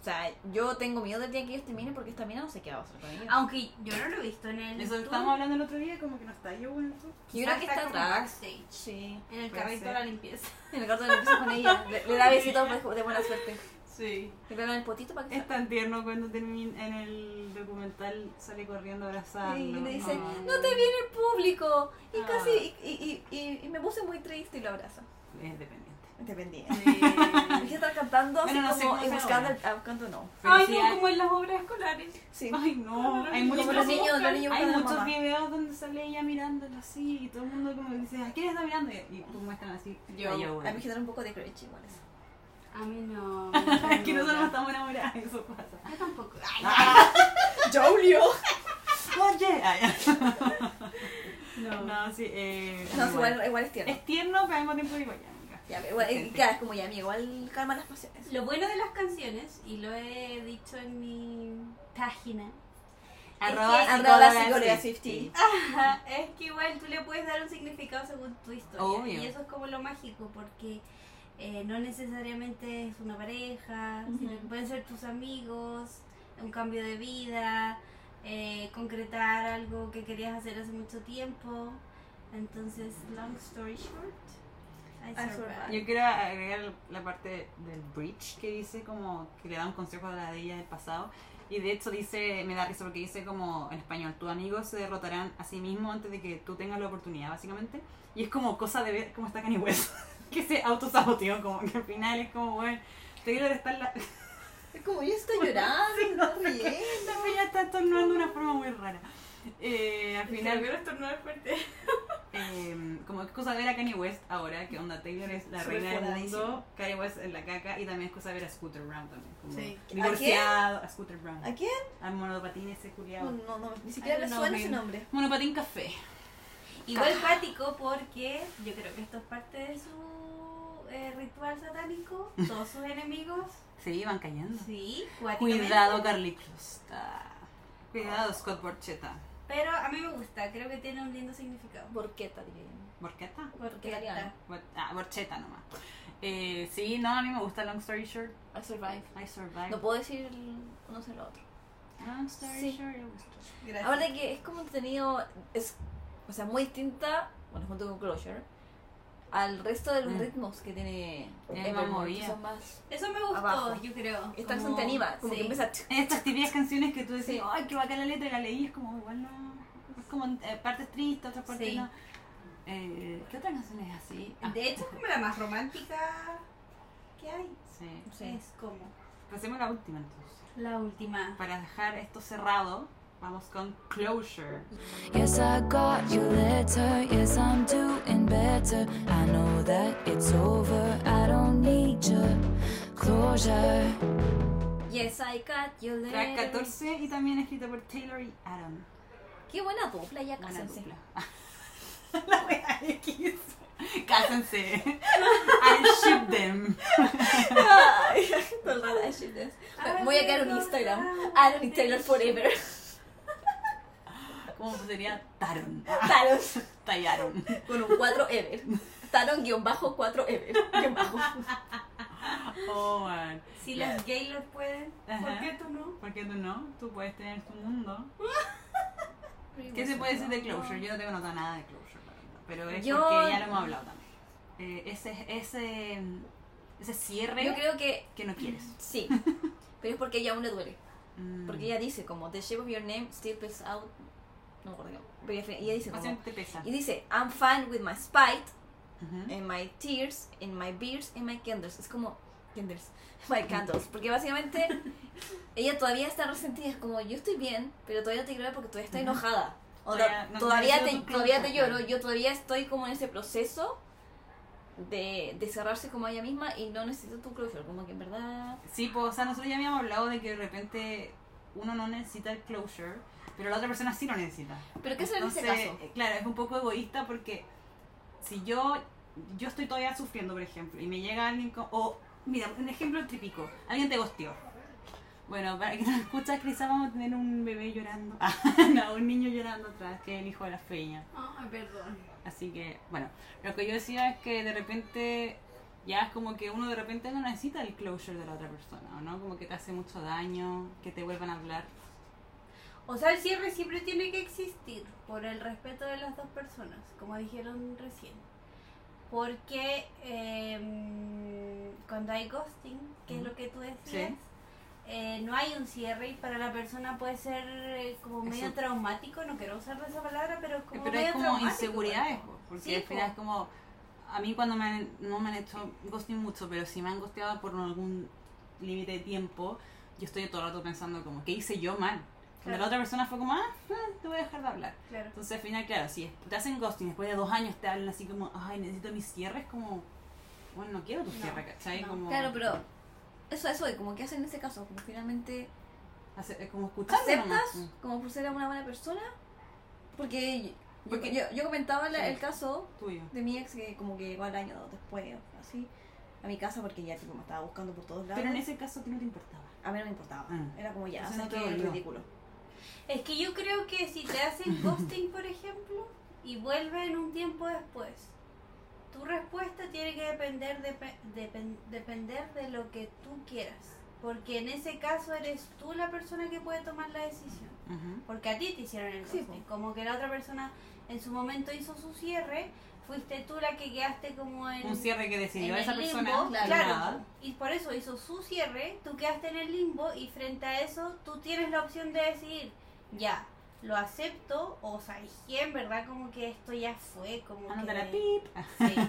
Speaker 1: O sea, yo tengo miedo del día que ellos terminen porque esta mina no sé qué va a hacer con
Speaker 2: Ah,
Speaker 1: ellos.
Speaker 3: Aunque yo no lo he visto en el.
Speaker 2: Eso
Speaker 3: tour,
Speaker 2: estábamos hablando el otro día, como que no está yo, bueno. tú.
Speaker 1: yo creo
Speaker 3: quizás
Speaker 1: que está
Speaker 3: como
Speaker 1: atrás.
Speaker 3: backstage,
Speaker 1: Sí.
Speaker 3: En el
Speaker 2: Puede
Speaker 3: carrito de
Speaker 2: ser.
Speaker 3: la limpieza.
Speaker 1: En el gato le empieza con ella. Le, le da besitos de- de buena suerte.
Speaker 2: Sí.
Speaker 1: Le pegan el potito para que
Speaker 2: Es
Speaker 1: salga.
Speaker 2: tan tierno cuando termina en el documental sale corriendo a abrazarlo.
Speaker 1: Y le dice,
Speaker 2: Ah.
Speaker 1: no te viene el público. Y
Speaker 2: Ah.
Speaker 1: casi, y, y, y, y- y me puse muy triste y lo abraza.
Speaker 2: es dependiente.
Speaker 1: Dependiente. Hay que estar cantando así
Speaker 2: Bueno, no sé
Speaker 1: como
Speaker 2: cómo
Speaker 1: y
Speaker 2: sea
Speaker 1: buscando,
Speaker 2: ahora.
Speaker 1: el- ah, buscando no.
Speaker 2: Pero
Speaker 3: Ay,
Speaker 2: sí
Speaker 3: no,
Speaker 2: hay-
Speaker 3: como en las obras escolares.
Speaker 1: Sí.
Speaker 2: Ay, no. Hay
Speaker 3: Como
Speaker 2: muchos,
Speaker 1: los niños- los niños
Speaker 2: hay
Speaker 1: buscan a la
Speaker 2: muchos
Speaker 1: mamá.
Speaker 2: videos donde sale ella mirándolo así y todo el mundo como dice, ¿a quién está mirando? Y, y tú muestran así.
Speaker 3: Yo.
Speaker 2: a Yowen.
Speaker 1: A mí genera un poco de cringe igual eso.
Speaker 3: A mí no.
Speaker 2: Es que nosotros no estamos enamorados, eso pasa. Ah,
Speaker 3: Yo tampoco. Ay,
Speaker 1: ¡Jolio!
Speaker 2: Oye. Ay,
Speaker 3: no.
Speaker 2: No, sí. Eh,
Speaker 1: No, es igual, igual es tierno.
Speaker 2: Es tierno, pero al mismo tiempo igual. ya, amiga.
Speaker 1: Ya, igual, eh,
Speaker 2: Decente.
Speaker 1: ya, es como ya, amigo, igual calma las pasiones.
Speaker 3: Lo bueno de las canciones, y lo he dicho en mi página,
Speaker 2: Arroba,
Speaker 3: Es que-
Speaker 1: Arroba
Speaker 2: psicóloga
Speaker 1: psicóloga
Speaker 2: Sifty.
Speaker 1: 50.
Speaker 3: Ajá, es que igual tú le puedes dar un significado según tu historia.
Speaker 2: Obvio.
Speaker 3: Y eso es como lo mágico, porque eh, no necesariamente es una pareja,
Speaker 1: Ujú.
Speaker 3: sino que pueden ser tus amigos, un cambio de vida, eh, concretar algo que querías hacer hace mucho tiempo. Entonces, long story short, I
Speaker 1: I
Speaker 3: survived.
Speaker 1: survived.
Speaker 2: Yo quiero agregar la parte del bridge que dice como que le da un consejo a la de ella del pasado. Y de hecho dice, me da risa porque dice como en español, tus amigos se derrotarán a sí mismos antes de que tú tengas la oportunidad, básicamente. Y es como cosa de ver cómo está Kanye West, que se autosaboteó, como que al final es como, bueno, Taylor está, en la,
Speaker 1: Es como, yo estoy llorando, está bien.
Speaker 2: la peña está tornando de una forma muy rara. Eh, al final
Speaker 3: estornudar fuerte.
Speaker 2: Eh, como es cosa ver a Kanye West ahora, que onda Taylor es la
Speaker 1: Súper
Speaker 2: reina del mundo,
Speaker 1: fueradísimo.
Speaker 2: Kanye West en la caca y también es cosa ver a Scooter Brown también. Como
Speaker 1: Sí. ¿A
Speaker 2: Divorciado, a, Scooter Brown.
Speaker 1: ¿A quién?
Speaker 2: Al monopatín ese
Speaker 1: No,
Speaker 2: culiado.
Speaker 1: no, no, ni siquiera
Speaker 3: I
Speaker 1: le
Speaker 3: don't know
Speaker 1: suena
Speaker 3: him.
Speaker 1: ese nombre.
Speaker 2: Monopatín café.
Speaker 3: Igual cuático porque yo creo que esto es parte de su eh, ritual satánico. Todos sus enemigos
Speaker 2: Sí, van cayendo.
Speaker 3: Sí, cuáticamente.
Speaker 2: Cuidado, Carly Clusta. Cuidado, Scott Borchetta.
Speaker 3: Pero a mí me gusta, creo que tiene un lindo significado.
Speaker 1: Borqueta, diría yo.
Speaker 2: ¿Borchetta?
Speaker 3: Porque
Speaker 1: italiano.
Speaker 3: está-
Speaker 2: Bor- Ah, Borchetta nomás. Eh, sí, no, a mí me gusta Long Story Short.
Speaker 1: I survive.
Speaker 2: I survived.
Speaker 1: No puedo decir uno sobre el otro.
Speaker 2: Long Story
Speaker 1: Sí.
Speaker 2: Short. I was-
Speaker 1: Aparte de que es como entretenido, es, o sea, muy distinta, bueno, junto con Closure, al resto de los
Speaker 2: Mm.
Speaker 1: ritmos que tiene
Speaker 2: más
Speaker 1: Evermore, que
Speaker 2: movida.
Speaker 1: son más...
Speaker 3: Eso me gustó,
Speaker 1: Abajo.
Speaker 3: yo creo.
Speaker 1: Esta
Speaker 3: como-
Speaker 1: canción te anima, como que
Speaker 3: sí.
Speaker 1: empieza...
Speaker 2: Estas típicas canciones que tú decís,
Speaker 1: Sí.
Speaker 2: ay, qué bacán la letra, y la leí, es como, igual no. Es como eh, partes tristes, otras partes
Speaker 3: Sí.
Speaker 2: no. Eh, ¿Qué otra canción es así? Ah,
Speaker 3: De hecho, es como la más romántica que hay.
Speaker 2: sí.
Speaker 1: Sí.
Speaker 3: Es como
Speaker 2: Pasemos a la última entonces.
Speaker 3: la última.
Speaker 2: Para dejar esto cerrado, vamos con Closure.
Speaker 4: Yes, I got your letter. Yes, I'm doing better. I know that it's over. I don't need your closure.
Speaker 1: Yes, I got you
Speaker 2: Track 14 y también escrita por Taylor y Aaron.
Speaker 1: Qué buena dupla, ya
Speaker 2: Buena
Speaker 1: cásense.
Speaker 2: dupla. la wea X. Cásense. I'll ship them.
Speaker 1: Ay, todo el rato, I should dance.
Speaker 3: Ay,
Speaker 1: Voy a crear un
Speaker 3: Taylor,
Speaker 1: Instagram.
Speaker 3: ah,
Speaker 1: Aaron y Taylor Forever.
Speaker 2: ¿Cómo sería? Taron.
Speaker 1: Taron.
Speaker 2: Tallaron.
Speaker 1: Con un 4 Ever. Taron-4 Ever. guión bajo.
Speaker 2: Oh, man.
Speaker 3: Si los gays los pueden, ¿por
Speaker 2: Ajá.
Speaker 3: qué tú no?
Speaker 2: ¿Por qué tú no? Tú puedes tener tu mundo. ¿Qué se puede decir de Closure? Yo no tengo notado nada de Closure, la verdad. Pero es
Speaker 1: Yo-
Speaker 2: porque ya lo hemos hablado también. Eh, ese, ese, ese cierre
Speaker 1: Yo creo que
Speaker 2: que no quieres.
Speaker 1: sí. Pero es porque ella aún le duele.
Speaker 2: Mm.
Speaker 1: Porque ella dice como The shape of your name still pulls out. No me acuerdo. Pero ella- ella dice
Speaker 2: Pasión
Speaker 1: como
Speaker 2: te pesa.
Speaker 1: y eh. dice I'm fine with my spite,
Speaker 2: Ujú.
Speaker 1: in my tears, in my beers, in my candles. Es como candles, my candles, porque básicamente ella todavía está resentida. Es como yo estoy bien, pero todavía te quiero porque todavía estoy
Speaker 2: Ujú.
Speaker 1: enojada. O
Speaker 2: Todavía no- no
Speaker 1: todavía
Speaker 2: ha
Speaker 1: te
Speaker 2: sido tu
Speaker 1: todavía te
Speaker 2: closure.
Speaker 1: lloro. Yo todavía estoy como en ese proceso. De, de cerrarse como ella misma y no necesito tu closure, como que en verdad
Speaker 2: Sí, pues, o sea, nosotros ya habíamos hablado de que de repente uno no necesita el closure, pero la otra persona sí lo necesita.
Speaker 1: ¿Pero qué será en ese
Speaker 2: Entonces,
Speaker 1: caso?
Speaker 2: eh, Claro, es un poco egoísta porque si yo, yo estoy todavía sufriendo, por ejemplo, y me llega alguien con... O, mira, un ejemplo típico, alguien te gosteó. Bueno, para que nos escuchas, quizás vamos a tener un bebé llorando. Ah, no, un niño llorando atrás, que es el hijo de la feña.
Speaker 3: Ay, perdón.
Speaker 2: Así que, bueno, lo que yo decía es que de repente ya es como que uno de repente no necesita el closure de la otra persona, ¿o ¿no? Como que te hace mucho daño, que te vuelvan a hablar.
Speaker 3: O sea, el cierre siempre tiene que existir por el respeto de las dos personas, como dijeron recién. Porque em, cuando hay ghosting, que es
Speaker 2: Ujú.
Speaker 3: lo que tú decías,
Speaker 2: Sí.
Speaker 3: eh, no hay un cierre y para la persona puede ser eh, como medio
Speaker 2: Eso.
Speaker 3: traumático, no quiero usar esa palabra, pero es como
Speaker 2: Pero
Speaker 3: medio
Speaker 2: es como
Speaker 3: traumático,
Speaker 2: inseguridades,
Speaker 3: ¿no?
Speaker 2: po, porque
Speaker 3: Sí,
Speaker 2: al final
Speaker 3: po.
Speaker 2: es como, a mí cuando me han- no me han hecho ghosting mucho, pero si me han ghosteado por algún límite de tiempo, yo estoy todo el rato pensando como, ¿qué hice yo mal? Cuando
Speaker 3: Claro.
Speaker 2: la otra persona fue como, ah, ah, te voy a dejar de hablar.
Speaker 3: pues. Claro.
Speaker 2: Entonces al final, claro, si es- te hacen ghosting después de dos años te hablan así como, ay, necesito mis cierres, como, bueno, no quiero tu
Speaker 3: No,
Speaker 2: cierre, ¿cachai?
Speaker 3: no.
Speaker 2: Como,
Speaker 1: Claro, pero eso, eso, y como que hacen en ese caso, como finalmente
Speaker 2: hace- como escucharlo
Speaker 1: aceptas
Speaker 2: nomás, mm.
Speaker 1: como por ser una buena persona, porque yo,
Speaker 2: Porque-
Speaker 1: yo, yo comentaba la-
Speaker 2: Sí.
Speaker 1: el caso
Speaker 2: tuyo.
Speaker 1: de mi ex que como que llegó al año después, así, a mi casa porque ya tipo me estaba buscando por todos lados.
Speaker 2: Pero en ese caso a ti no te importaba.
Speaker 1: A mí no me importaba,
Speaker 2: Ah.
Speaker 1: era como ya,
Speaker 2: Entonces
Speaker 1: sé
Speaker 2: no te
Speaker 1: que es
Speaker 2: dolió.
Speaker 1: ridículo.
Speaker 3: Es que yo creo que si te hacen ghosting, por ejemplo, y vuelven un tiempo después, tu respuesta tiene que depender de, depen- depender de lo que tú quieras. Porque en ese caso eres tú la persona que puede tomar la decisión.
Speaker 2: Ujú.
Speaker 3: Porque a ti te hicieron el
Speaker 1: Sí,
Speaker 3: ghosting.
Speaker 1: po.
Speaker 3: Como que la otra persona en su momento hizo su cierre, fuiste tú la que quedaste como en
Speaker 2: Un cierre que decidió
Speaker 3: en el
Speaker 2: esa persona.
Speaker 3: limbo,
Speaker 2: que
Speaker 3: claro,
Speaker 2: nada.
Speaker 3: y por eso hizo su cierre, tú quedaste en el limbo y frente a eso tú tienes la opción de decidir, ya, lo acepto o sabes en verdad como que esto ya fue, como que...
Speaker 2: Anótala,
Speaker 3: me-
Speaker 2: pip.
Speaker 3: sí.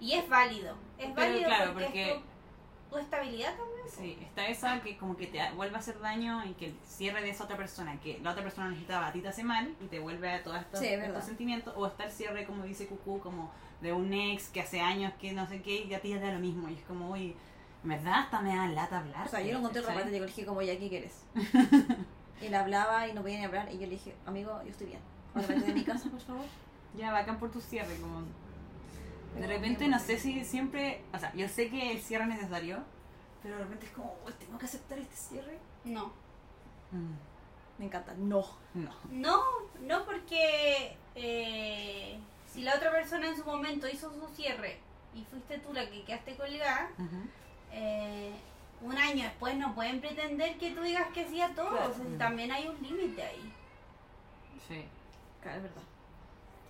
Speaker 3: Y es válido, es
Speaker 2: Pero
Speaker 3: válido
Speaker 2: claro,
Speaker 3: porque,
Speaker 2: porque-
Speaker 3: es tu, tu estabilidad también.
Speaker 2: Sí, está esa que como que te vuelve a hacer daño y que el cierre de esa otra persona, que la otra persona necesitaba, a ti te hace mal y te vuelve a todos estos,
Speaker 1: Sí, es
Speaker 2: estos
Speaker 1: verdad.
Speaker 2: sentimientos. O está el cierre, como dice Cucú, como de un ex que hace años que no sé qué y a ti ya te da lo mismo. Y es como, uy, en verdad hasta me da lata hablar.
Speaker 1: O sea, yo lo encontré
Speaker 2: ¿cachai?
Speaker 1: rapaz, llegó el dije como ya, ¿qué quieres? él hablaba y no podía ni hablar y yo le dije, amigo, yo estoy bien. Ahora vete de mi casa, por favor.
Speaker 2: Ya, bacán por tu cierre, como... De
Speaker 1: Pero
Speaker 2: repente
Speaker 1: bien,
Speaker 2: no
Speaker 1: porque-
Speaker 2: sé si siempre, o sea, yo sé que el cierre es necesario, pero de repente es como, uy, tengo que aceptar este cierre.
Speaker 3: No.
Speaker 2: Mm,
Speaker 1: Me encanta, no.
Speaker 2: No.
Speaker 3: No, no porque eh, si la otra persona en su momento hizo su cierre y fuiste tú la que quedaste colgada,
Speaker 2: Ujú.
Speaker 3: eh, un año después no pueden pretender que tú digas que sí a todo.
Speaker 1: Claro. Mm.
Speaker 3: o sea, si también hay un límite ahí.
Speaker 2: Sí.
Speaker 1: Claro, es verdad.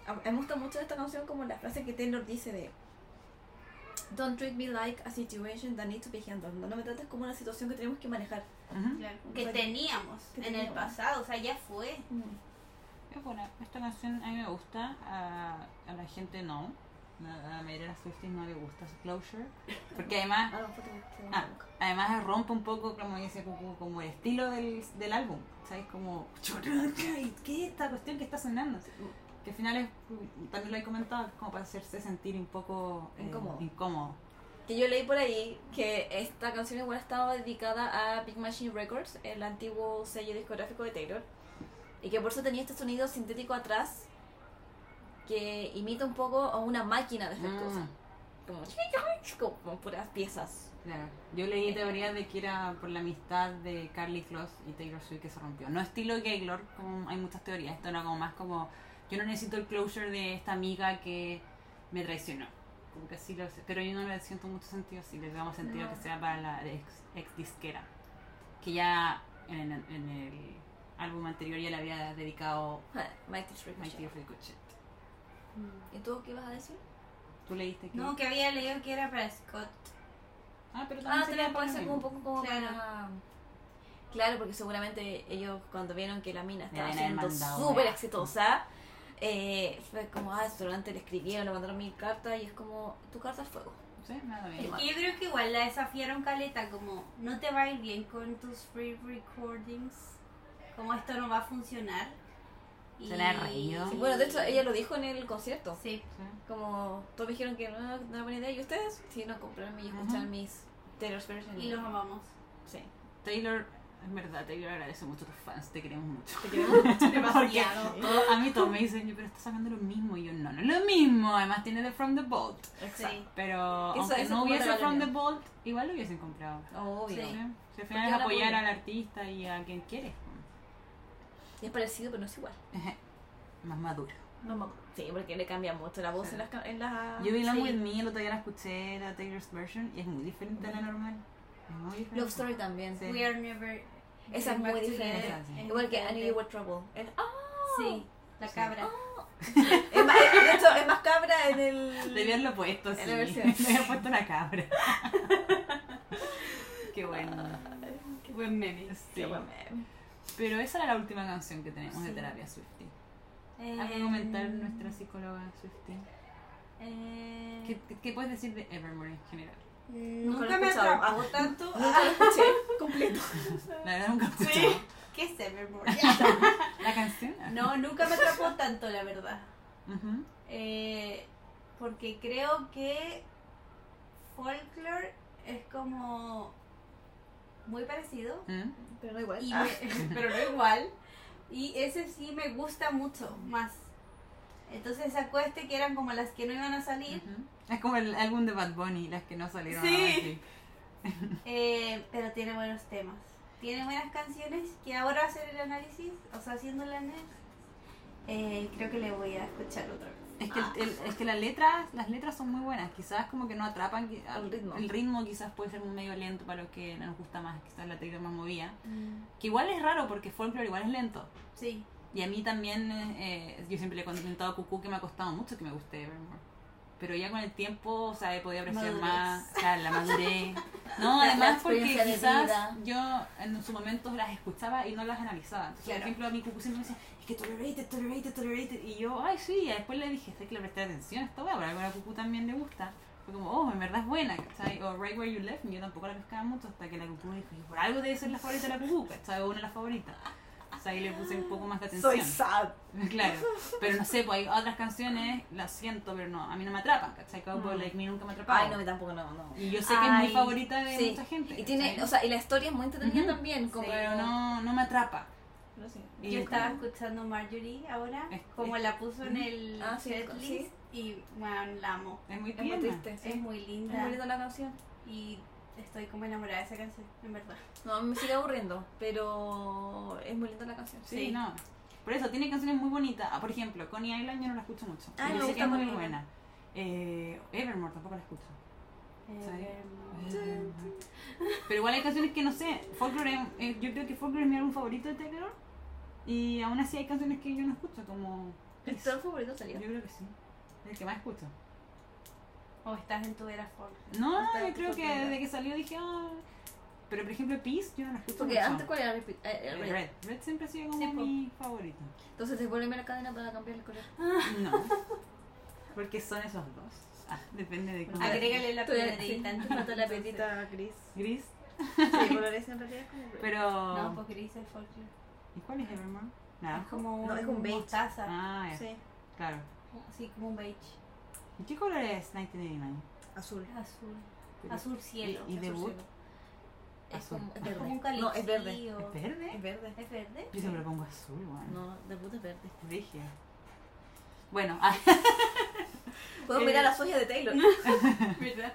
Speaker 1: A a mí me gusta mucho de esta canción como la frase que Taylor dice de Don't treat me like a situation that needs to be handled. No, no me trates como una situación que tenemos que manejar.
Speaker 2: Ujú.
Speaker 3: Que teníamos
Speaker 1: Pues, Que
Speaker 3: en el
Speaker 1: teníamos.
Speaker 3: pasado, o sea, ya fue.
Speaker 1: Mm.
Speaker 2: Es buena, esta canción a mí me gusta, a, a la gente no, a a la mayoría de las Swifties no le gusta su closure, porque además,
Speaker 1: Ah, no, fue que- que-
Speaker 2: ah, además rompe un poco, como dice Cucu, como el estilo del, del álbum, ¿sabes? Como, "Chororra, ¿qué es esta cuestión que está sonando? Que al final es, también lo he comentado, es como para hacerse sentir un poco eh,
Speaker 1: Incómodo.
Speaker 2: incómodo.
Speaker 1: Que yo leí por ahí que esta canción igual estaba dedicada a Big Machine Records, el antiguo sello discográfico de Taylor, y que por eso tenía este sonido sintético atrás que imita un poco a una máquina defectuosa,
Speaker 2: Mm,
Speaker 1: como, como puras piezas.
Speaker 2: claro. Yo leí teorías de que era por la amistad de Carly Close y Taylor Swift que se rompió. No estilo Gaylord, como hay muchas teorías, esto era como más como yo no necesito el closure de esta amiga que me traicionó. Como que así lo pero yo no le siento mucho sentido, si le damos sentido
Speaker 1: No.
Speaker 2: que sea para la ex, ex disquera. Que ya en, el- en el álbum anterior ya le había dedicado
Speaker 1: Ah, Mighty Trick
Speaker 2: My
Speaker 1: Machine.
Speaker 2: Dear Ricochet.
Speaker 1: ¿Y tú qué ibas a decir?
Speaker 2: ¿Tú leíste que.?
Speaker 3: No, que había leído que era para Scott.
Speaker 2: Ah, pero también
Speaker 1: Ah, también
Speaker 2: sería por
Speaker 1: puede
Speaker 2: lo
Speaker 1: ser como
Speaker 2: mismo.
Speaker 1: un poco como
Speaker 3: Claro.
Speaker 1: para- Claro, porque seguramente ellos cuando vieron que la mina estaba
Speaker 2: deben
Speaker 1: siendo
Speaker 2: haber mandado
Speaker 1: súper
Speaker 2: una-
Speaker 1: exitosa, eh, fue como, ah, seguramente le escribieron, le mandaron mil cartas y es como, tu carta al fuego.
Speaker 2: Sí, nada bien.
Speaker 3: Es que yo creo que igual la desafiaron caleta, como no te va a ir bien con tus free recordings, como esto no va a funcionar.
Speaker 2: Se la he reído.
Speaker 1: Sí, bueno, de hecho ella lo dijo en el concierto.
Speaker 3: Sí,
Speaker 2: Sí.
Speaker 1: Como, todos me dijeron que no, no era buena idea y ustedes, sí, no compraron y escucharon mis Taylor version.
Speaker 3: y los amamos.
Speaker 1: Sí.
Speaker 2: Taylor, es verdad, Taylor agradece mucho a tus fans, te queremos mucho.
Speaker 1: Te queremos mucho.
Speaker 2: Porque
Speaker 3: demasiado.
Speaker 2: todo- a mí todos me dicen, yo, pero estás sacando lo mismo. Y yo, no, no es lo mismo. Además, tiene The From the Bolt.
Speaker 1: Exacto.
Speaker 2: Pero
Speaker 1: Eso-
Speaker 2: aunque
Speaker 1: eso
Speaker 2: no
Speaker 1: como
Speaker 2: hubiese
Speaker 1: regalo
Speaker 2: From
Speaker 1: mío.
Speaker 2: the Bolt, igual lo hubiesen comprado.
Speaker 1: Obvio.
Speaker 3: Sí.
Speaker 2: Si al final
Speaker 1: Porque
Speaker 2: es
Speaker 1: ahora
Speaker 2: apoyar
Speaker 1: apoya.
Speaker 2: al artista y a quien quieres.
Speaker 1: Y es parecido, pero no es igual.
Speaker 2: Más maduro.
Speaker 1: No me acuerdo. Sí, porque le cambia mucho la voz
Speaker 2: Sí.
Speaker 1: en las... ca- En las...
Speaker 2: Yo vi la
Speaker 1: Ah, Sí.
Speaker 2: With Me, el otro día la escuché, la Taylor's version, y es muy diferente a la normal. Es muy diferente.
Speaker 1: Love Story también.
Speaker 2: Sí.
Speaker 3: We are never.
Speaker 1: Esa es
Speaker 3: Back
Speaker 1: muy
Speaker 3: Together
Speaker 1: diferente.
Speaker 2: Esa, sí.
Speaker 3: es
Speaker 1: Igual que I Knew
Speaker 3: diferente.
Speaker 1: You Were Trouble. El- ¡Ah!
Speaker 3: Sí, la cabra.
Speaker 1: Es más, de hecho, es más cabra en el.
Speaker 2: De haberlo puesto, sí.
Speaker 1: En
Speaker 2: Le
Speaker 1: la versión.
Speaker 2: había puesto la cabra. Qué bueno.
Speaker 3: Qué buen meme.
Speaker 2: Sí. Pero esa era la última canción
Speaker 3: Em.
Speaker 2: que tenemos de terapia Swifty. Hay que comentar nuestra psicóloga Swifty.
Speaker 3: Eh, mm,
Speaker 2: ¿Qué, qué puedes decir de Evermore en general?
Speaker 3: nunca
Speaker 1: lo he
Speaker 3: me
Speaker 1: escuchado.
Speaker 3: atrapó tanto.
Speaker 1: Nunca lo escuché completo.
Speaker 2: La verdad nunca he
Speaker 3: Sí.
Speaker 2: escuchado.
Speaker 3: ¿Qué es Evermore?
Speaker 2: ¿La canción?
Speaker 3: No, nunca me atrapó tanto, la verdad.
Speaker 2: Ujú.
Speaker 3: Eh, porque creo que folklore es como muy parecido,
Speaker 2: ¿Mm?
Speaker 1: Pero no igual. Ah.
Speaker 3: y me- pero no igual. Y ese sí me gusta mucho más. Entonces sacó este que eran como las que no iban a salir,
Speaker 2: Ujú. Es como el álbum de Bad Bunny, las que no salieron.
Speaker 3: Sí.
Speaker 2: ahora sí.
Speaker 3: eh, pero tiene buenos temas. Tiene buenas canciones que ahora hacer el análisis, o sea, haciendo el análisis, eh, creo que le voy a escuchar otra vez.
Speaker 2: Es que, el- el- es que las letras las letras son muy buenas, quizás como que no atrapan qui- al-
Speaker 1: El ritmo.
Speaker 2: El ritmo quizás puede ser medio lento para los que no nos gusta más, quizás la tecla más movida.
Speaker 1: Mm.
Speaker 2: Que igual es raro porque folklore igual es lento.
Speaker 3: Sí,
Speaker 2: Y a mí también, eh, yo siempre le he comentado a Cucú que me ha costado mucho que me guste Evermore. Pero ya con el tiempo, o sea, he podido apreciar
Speaker 3: Madurez.
Speaker 2: más, o sea, la madurez. No,
Speaker 1: La- la
Speaker 2: además porque
Speaker 1: experiencia de
Speaker 2: quizás
Speaker 1: vida.
Speaker 2: yo en su momento las escuchaba y no las analizaba. Entonces,
Speaker 3: Claro.
Speaker 2: Por ejemplo, a mi Cucú siempre me decía, es que tolerated, tolerated, tolerated. Y yo, ay, sí, y después le dije, hay que le presté atención a esta wea, pero a Cucú también le gusta. Fue como, oh, en verdad es buena, ¿cachai? O Right Where You Left Me, yo tampoco la pescaba mucho hasta que la Cucú dijo, "Y por algo debe ser la favorita de la Cucú, ¿cachai? O una de las favoritas. O sea, ahí le puse un poco más de atención.
Speaker 1: sad.
Speaker 2: Claro, pero no sé, pues hay otras canciones, las siento, pero no, a mí no me atrapan, ¿cachai? Cowboy
Speaker 1: Mm.
Speaker 2: Like Me nunca me atrapaba.
Speaker 1: Ay, no, tampoco no, no.
Speaker 2: Y yo sé que es muy
Speaker 3: Ay,
Speaker 2: favorita de
Speaker 1: Sí.
Speaker 2: mucha gente.
Speaker 1: Y tiene,
Speaker 2: ¿cachai?
Speaker 1: o sea, y la historia es muy entretenida
Speaker 2: Ujú.
Speaker 1: también, como
Speaker 2: pero no, no me atrapa.
Speaker 1: no sé.
Speaker 2: Y
Speaker 3: Yo estaba
Speaker 2: como-
Speaker 3: escuchando Marjorie ahora,
Speaker 2: Es-
Speaker 3: como la puso en el
Speaker 1: Ah, sí,
Speaker 3: setlist
Speaker 1: sí.
Speaker 3: y bueno, la amo.
Speaker 2: Es muy
Speaker 1: Es muy
Speaker 2: tierna.
Speaker 1: triste.
Speaker 3: Es
Speaker 1: sí.
Speaker 3: muy
Speaker 1: Es
Speaker 3: linda
Speaker 1: muy linda la canción.
Speaker 3: y estoy como enamorada de esa canción, en verdad.
Speaker 1: No, a mí me sigue aburriendo, pero es muy linda la canción.
Speaker 2: Sí,
Speaker 3: Sí.
Speaker 2: no. Por eso, tiene canciones muy bonitas. Ah, por ejemplo, Coney Island yo no la escucho mucho.
Speaker 1: Ah,
Speaker 2: Y
Speaker 1: me
Speaker 2: yo sé que
Speaker 1: gusta
Speaker 2: es muy
Speaker 1: Coney Island.
Speaker 2: buena. Eh, Evermore tampoco la escucho.
Speaker 3: Eh, Evermore.
Speaker 2: Pero igual hay canciones que no sé. Folklore, es- eh, yo creo que Folklore es mi álbum favorito de Taylor. Y aún así hay canciones que yo no escucho, como.
Speaker 1: ¿El
Speaker 2: Please.
Speaker 1: tron favorito
Speaker 2: Yo
Speaker 1: salió?
Speaker 2: creo que sí. El que más escucho.
Speaker 3: O estás en tu era folk.
Speaker 2: No,
Speaker 1: Hasta
Speaker 2: yo
Speaker 1: tu
Speaker 2: creo que
Speaker 1: oportunidad.
Speaker 2: desde que salió dije, ah. Pero por ejemplo, Peace, yo no la escucho.
Speaker 1: Porque
Speaker 2: mucho.
Speaker 1: antes, ¿cuál era el, pi- eh, el
Speaker 2: Eh,
Speaker 1: red?
Speaker 2: Red. Red siempre ha sido como
Speaker 3: Sí, po.
Speaker 2: mi favorito.
Speaker 1: Entonces, devuélveme la cadena para cambiar el color.
Speaker 2: No. Porque son esos dos. Ah, depende de cómo.
Speaker 1: Ah,
Speaker 3: Agrégale la
Speaker 1: Tú ya-
Speaker 3: piedrita.
Speaker 1: sí,
Speaker 3: entonces.
Speaker 1: te falta la piedrita gris.
Speaker 2: Gris.
Speaker 1: Sí, colores en realidad es como red.
Speaker 2: Pero.
Speaker 3: No, pues gris es folklore.
Speaker 2: ¿Y cuál es Evermore?
Speaker 3: Es
Speaker 2: Nada.
Speaker 3: como un,
Speaker 1: Ah. No, es un beige.
Speaker 3: mostaza.
Speaker 2: Ah, ya,
Speaker 1: Sí,
Speaker 2: claro.
Speaker 3: Sí, como un beige.
Speaker 2: ¿Y qué color es 1989?
Speaker 1: azul.
Speaker 3: Azul. Azul cielo.
Speaker 2: ¿Y debut?
Speaker 1: Es
Speaker 2: Azul.
Speaker 1: como, es
Speaker 3: Es
Speaker 1: verde.
Speaker 3: como un
Speaker 1: no, es verde.
Speaker 3: calipsillo.
Speaker 2: ¿Es verde?
Speaker 1: Es verde.
Speaker 3: ¿Es verde?
Speaker 2: Yo siempre lo pongo azul, weón.
Speaker 1: No, debut es verde.
Speaker 2: Dije. Bueno, ah,
Speaker 1: Puedo
Speaker 2: Eh,
Speaker 1: mirar las ollas de Taylor.
Speaker 2: ¿verdad?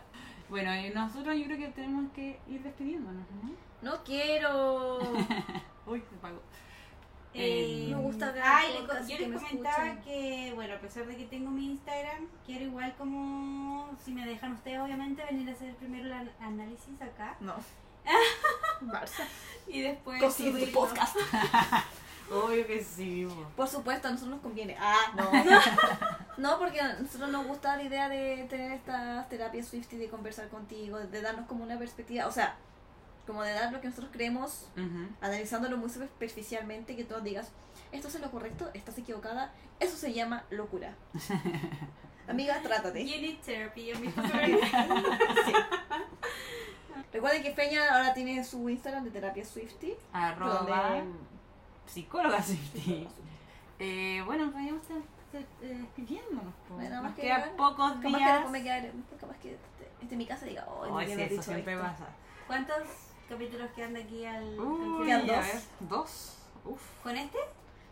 Speaker 2: Bueno, y nosotros yo creo que tenemos que ir despidiéndonos, ¿no?
Speaker 1: No quiero.
Speaker 2: Uy, se apagó.
Speaker 3: Eh,
Speaker 1: Me gusta ver
Speaker 3: Ay, le co-
Speaker 1: podcasts
Speaker 3: yo
Speaker 1: que
Speaker 3: les
Speaker 1: me
Speaker 3: comentaba
Speaker 1: escuchan.
Speaker 3: que, bueno, a pesar de que tengo mi Instagram, quiero igual como, si me dejan ustedes obviamente, venir a hacer primero el an- análisis acá
Speaker 1: No. Barça.
Speaker 3: y después
Speaker 1: Cosas de
Speaker 3: subirlo.
Speaker 1: podcast.
Speaker 2: Obvio que sí. po.
Speaker 1: Por supuesto, a nosotros nos conviene. Ah, no. No, porque a nosotros nos gusta la idea de tener estas terapias Swifty, de conversar contigo, de darnos como una perspectiva, o sea, como de dar lo que nosotros creemos, analizándolo muy superficialmente, que tú nos digas, esto es lo correcto, estás equivocada, eso se llama locura. Amiga, trátate.
Speaker 3: You need therapy, yo me Instagram.
Speaker 1: Recuerden que Feña ahora tiene su Instagram de terapia Swifty.
Speaker 2: Arroba
Speaker 1: donde-
Speaker 2: psicóloga Swiftie. Eh, bueno, vayamos a- a- eh, despidiéndonos. po.
Speaker 1: Bueno,
Speaker 2: Nos
Speaker 1: más que
Speaker 2: quedan
Speaker 1: nada.
Speaker 2: pocos
Speaker 1: Capaz que
Speaker 2: días.
Speaker 1: después me quedaré, capaz que esté en mi casa y diga, oh,
Speaker 2: Ay, sí, eso siempre
Speaker 1: esto.
Speaker 2: pasa.
Speaker 3: ¿Cuántos capítulos quedan de aquí al...
Speaker 2: Uy,
Speaker 1: Quedan
Speaker 2: a
Speaker 1: dos.
Speaker 2: ver, dos. Uf.
Speaker 3: ¿Con este?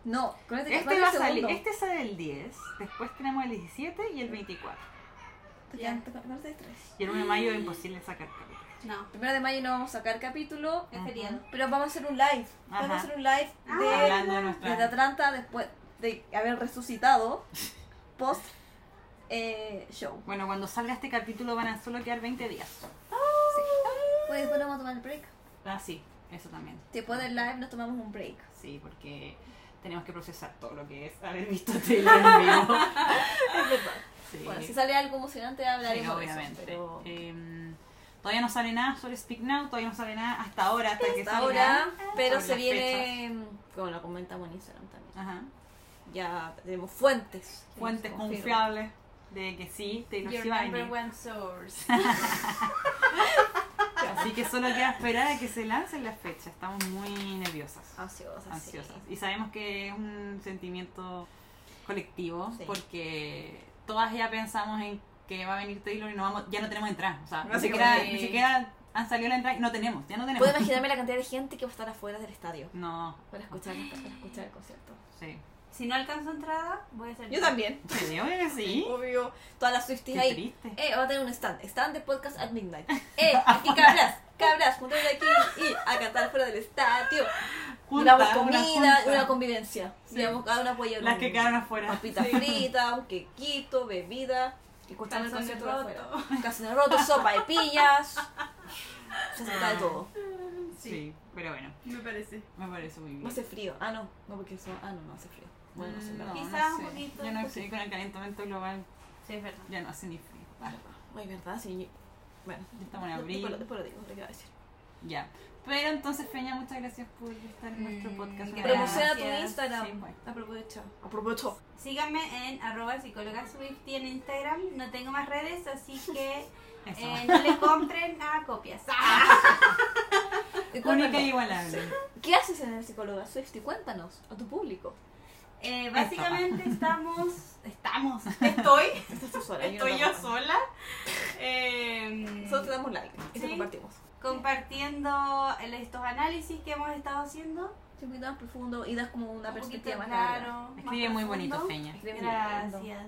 Speaker 1: No, con este,
Speaker 2: Este, va a salir, este sale el 10, después tenemos el 17 y el 24. este
Speaker 1: Ya, te acuerdas de tres.
Speaker 2: Y el 1 de mayo es imposible sacar capítulo.
Speaker 3: No,
Speaker 1: Primero de mayo no vamos a sacar capítulo,
Speaker 3: es feriado.
Speaker 1: pero vamos a hacer un live.
Speaker 2: Ajá. Ah,
Speaker 1: Vamos a hacer un live de,
Speaker 2: Hablando de nuestra-
Speaker 1: desde Atlanta después de haber resucitado post eh, show.
Speaker 2: Bueno, cuando salga este capítulo van a solo quedar 20 días.
Speaker 1: Pues después vamos a tomar el break.
Speaker 2: Ah, sí, eso también.
Speaker 1: Después del live nos tomamos un break.
Speaker 2: Sí, porque tenemos que procesar todo lo que es haber visto tele en vivo. Sí.
Speaker 1: Bueno, si sale algo emocionante hablaremos
Speaker 2: Sí,
Speaker 1: de eso,
Speaker 2: obviamente.
Speaker 1: pero-
Speaker 2: Eh, todavía no sale nada sobre Speak Now, todavía no sale nada hasta ahora, hasta que
Speaker 1: Hasta
Speaker 2: salga.
Speaker 1: ahora, pero
Speaker 2: sobre
Speaker 1: se
Speaker 2: las
Speaker 1: viene, mm, como lo comentamos en Instagram también,
Speaker 2: Ajá.
Speaker 1: ya tenemos fuentes. que
Speaker 2: Fuentes
Speaker 1: nos confirman.
Speaker 2: confiables. de que sí, Taylor
Speaker 3: Your
Speaker 2: sí va a
Speaker 3: number
Speaker 2: venir.
Speaker 3: one source.
Speaker 2: Así que solo queda esperar a que se lancen las fechas. Estamos muy nerviosas,
Speaker 1: Ansiosa,
Speaker 2: ansiosas.
Speaker 1: Ah, sí.
Speaker 2: Y sabemos que es un sentimiento colectivo
Speaker 1: Sí.
Speaker 2: porque todas ya pensamos en que va a venir Taylor y no vamos, ya no tenemos entrada. O sea, ni siquiera,
Speaker 1: Básicamente.
Speaker 2: ni siquiera han salido la entrada y no tenemos, ya no tenemos.
Speaker 1: Puedo imaginarme la cantidad de gente que va a estar afuera del estadio
Speaker 2: No,
Speaker 1: para escuchar, para escuchar el concierto.
Speaker 2: sí.
Speaker 3: Si no alcanzo entrada, voy a ser
Speaker 1: Yo también.
Speaker 2: Sí, obvio que sí.
Speaker 1: Obvio. Todas las Swifties
Speaker 2: Qué
Speaker 1: ahí.
Speaker 2: triste.
Speaker 1: Eh, va a tener un stand. Stand de podcast at midnight. Eh, aquí cabras. Cabras, juntarse aquí y a cantar fuera del estadio.
Speaker 2: Junta,
Speaker 1: Llevamos
Speaker 2: una
Speaker 1: comida,
Speaker 2: junta.
Speaker 1: una convivencia. Llevamos cada una apoyo.
Speaker 2: Las que quedaron afuera.
Speaker 1: Papitas fritas, un quequito, bebida. Y escuchando el
Speaker 3: Calzones
Speaker 1: concierto de afuera.
Speaker 3: rotos.
Speaker 1: Calzones rotos, sopa de pillas. Se trata de todo.
Speaker 2: Sí. pero bueno,
Speaker 5: Me parece.
Speaker 2: me parece muy bien.
Speaker 1: No hace frío. Ah, no. No, porque eso. Ah, no, no hace frío. Bueno, no sé.
Speaker 2: Mm,
Speaker 1: nada.
Speaker 3: Quizás
Speaker 2: sé.
Speaker 3: un poquito,
Speaker 2: Ya no
Speaker 3: un
Speaker 2: sí, con el calentamiento global
Speaker 3: Sí, es verdad.
Speaker 2: ya no hace ni frío. Ah,
Speaker 1: Ay, verdad, sí. Bueno,
Speaker 2: ya estamos en
Speaker 1: Mm. después lo,
Speaker 2: abril.
Speaker 1: después lo digo, lo que iba a decir.
Speaker 2: Ya. Pero entonces, Peña, muchas gracias por estar en nuestro
Speaker 3: Mm,
Speaker 2: podcast.
Speaker 3: gracias.
Speaker 1: Promociona tu
Speaker 3: Gracias.
Speaker 1: Instagram.
Speaker 2: Sí, bueno.
Speaker 1: Aprovecha. Aprovecho.
Speaker 3: Síganme en arroba psicóloga Swifty en Instagram. No tengo más redes, así que
Speaker 2: Eso.
Speaker 3: eh, no le compren a copias.
Speaker 1: Y
Speaker 2: Única e
Speaker 1: cuéntanos,
Speaker 2: igualable.
Speaker 1: ¿Qué haces en el psicóloga Swifty? Cuéntanos a tu público.
Speaker 3: Eh, básicamente estamos. Estamos. Estoy.
Speaker 1: Estás tú sola.
Speaker 3: Estoy
Speaker 1: no
Speaker 3: yo
Speaker 1: tampoco.
Speaker 3: sola. Eh,
Speaker 1: Nosotros te damos like y te
Speaker 3: Sí.
Speaker 1: compartimos.
Speaker 3: compartiendo el- estos análisis que hemos estado haciendo.
Speaker 1: Te cuidas profundo y das como una
Speaker 3: Un poquito
Speaker 1: perspectiva más
Speaker 3: claro,
Speaker 1: larga.
Speaker 3: más
Speaker 2: Escribe muy bonito,
Speaker 3: profundo.
Speaker 2: Peña.
Speaker 1: Escribe muy lindo.
Speaker 3: Gracias.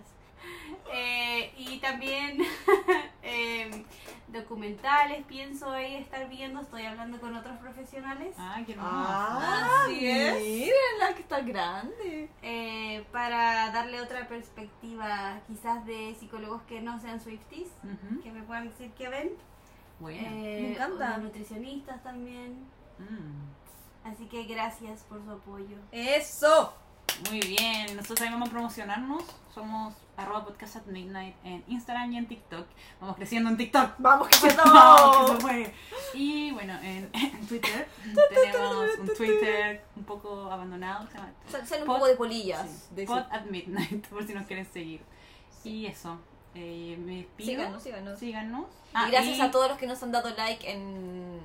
Speaker 3: Eh, y también eh, documentales pienso ahí estar viendo. Estoy hablando con otros profesionales
Speaker 2: Ah, qué hermoso.
Speaker 1: Ah,
Speaker 3: Así es.
Speaker 1: miren la que está grande.
Speaker 3: eh, para darle otra perspectiva, quizás de psicólogos que no sean Swifties,
Speaker 2: Ujú.
Speaker 3: que me puedan decir que ven.
Speaker 2: Bueno.
Speaker 3: Eh,
Speaker 1: Me encanta.
Speaker 3: o de nutricionistas también.
Speaker 2: Mm.
Speaker 3: Así que gracias por su apoyo.
Speaker 1: Eso.
Speaker 2: Muy bien, nosotros también vamos a promocionarnos. Somos arroba podcast at midnight en Instagram y en TikTok. Vamos creciendo en TikTok.
Speaker 1: Vamos que se
Speaker 2: ¡Vamos, Pues que se puede! Y bueno, en, en Twitter tenemos un Twitter un poco abandonado. que se llama
Speaker 1: Sal- Sale un
Speaker 2: Pod-
Speaker 1: poco de polillas.
Speaker 2: sí,
Speaker 1: de
Speaker 2: Pod
Speaker 1: ese-
Speaker 2: at midnight, por si nos quieren seguir. Y eso, eh, me despido.
Speaker 1: Síganos, síganos.
Speaker 2: Síganos.
Speaker 1: Y gracias
Speaker 2: Ah, y-
Speaker 1: a todos los que nos han dado like en.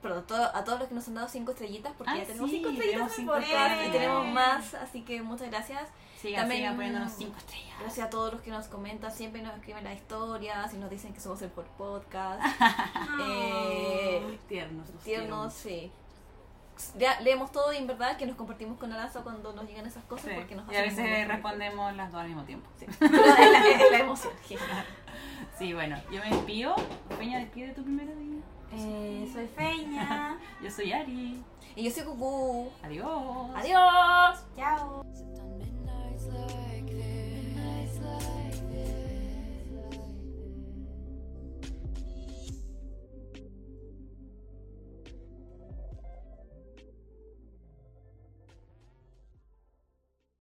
Speaker 1: Perdón, todo- a todos los que nos han dado 5 estrellitas, porque
Speaker 2: Ah,
Speaker 1: ya tenemos
Speaker 2: sí,
Speaker 1: 5 estrellitas en
Speaker 2: tenemos
Speaker 1: el
Speaker 2: cinco
Speaker 1: podcast y
Speaker 2: estrellas.
Speaker 1: tenemos más, así que muchas gracias.
Speaker 2: Sigan,
Speaker 1: también-
Speaker 2: sigan poniéndonos 5 estrellas.
Speaker 1: Gracias a todos los que nos comentan, siempre nos escriben las historias y nos dicen que somos el mejor podcast. eh,
Speaker 2: tiernos, los
Speaker 1: tiernos, sí. Ya leemos todo y en verdad que nos compartimos con Alaza cuando nos llegan esas cosas
Speaker 2: Sí,
Speaker 1: porque nos
Speaker 2: Y a
Speaker 1: hacen muy
Speaker 2: veces
Speaker 1: felices.
Speaker 2: respondemos las dos al mismo tiempo. Sí,
Speaker 1: Pero es la, es la emoción. jeje.
Speaker 2: bueno, yo me despido. Peña, despide tu primera día.
Speaker 3: Eh, soy Feña.
Speaker 2: Yo soy Ari.
Speaker 1: Y yo soy Cucú.
Speaker 2: Adiós.
Speaker 1: Adiós.
Speaker 3: Chao.
Speaker 4: Sit on midnights like this.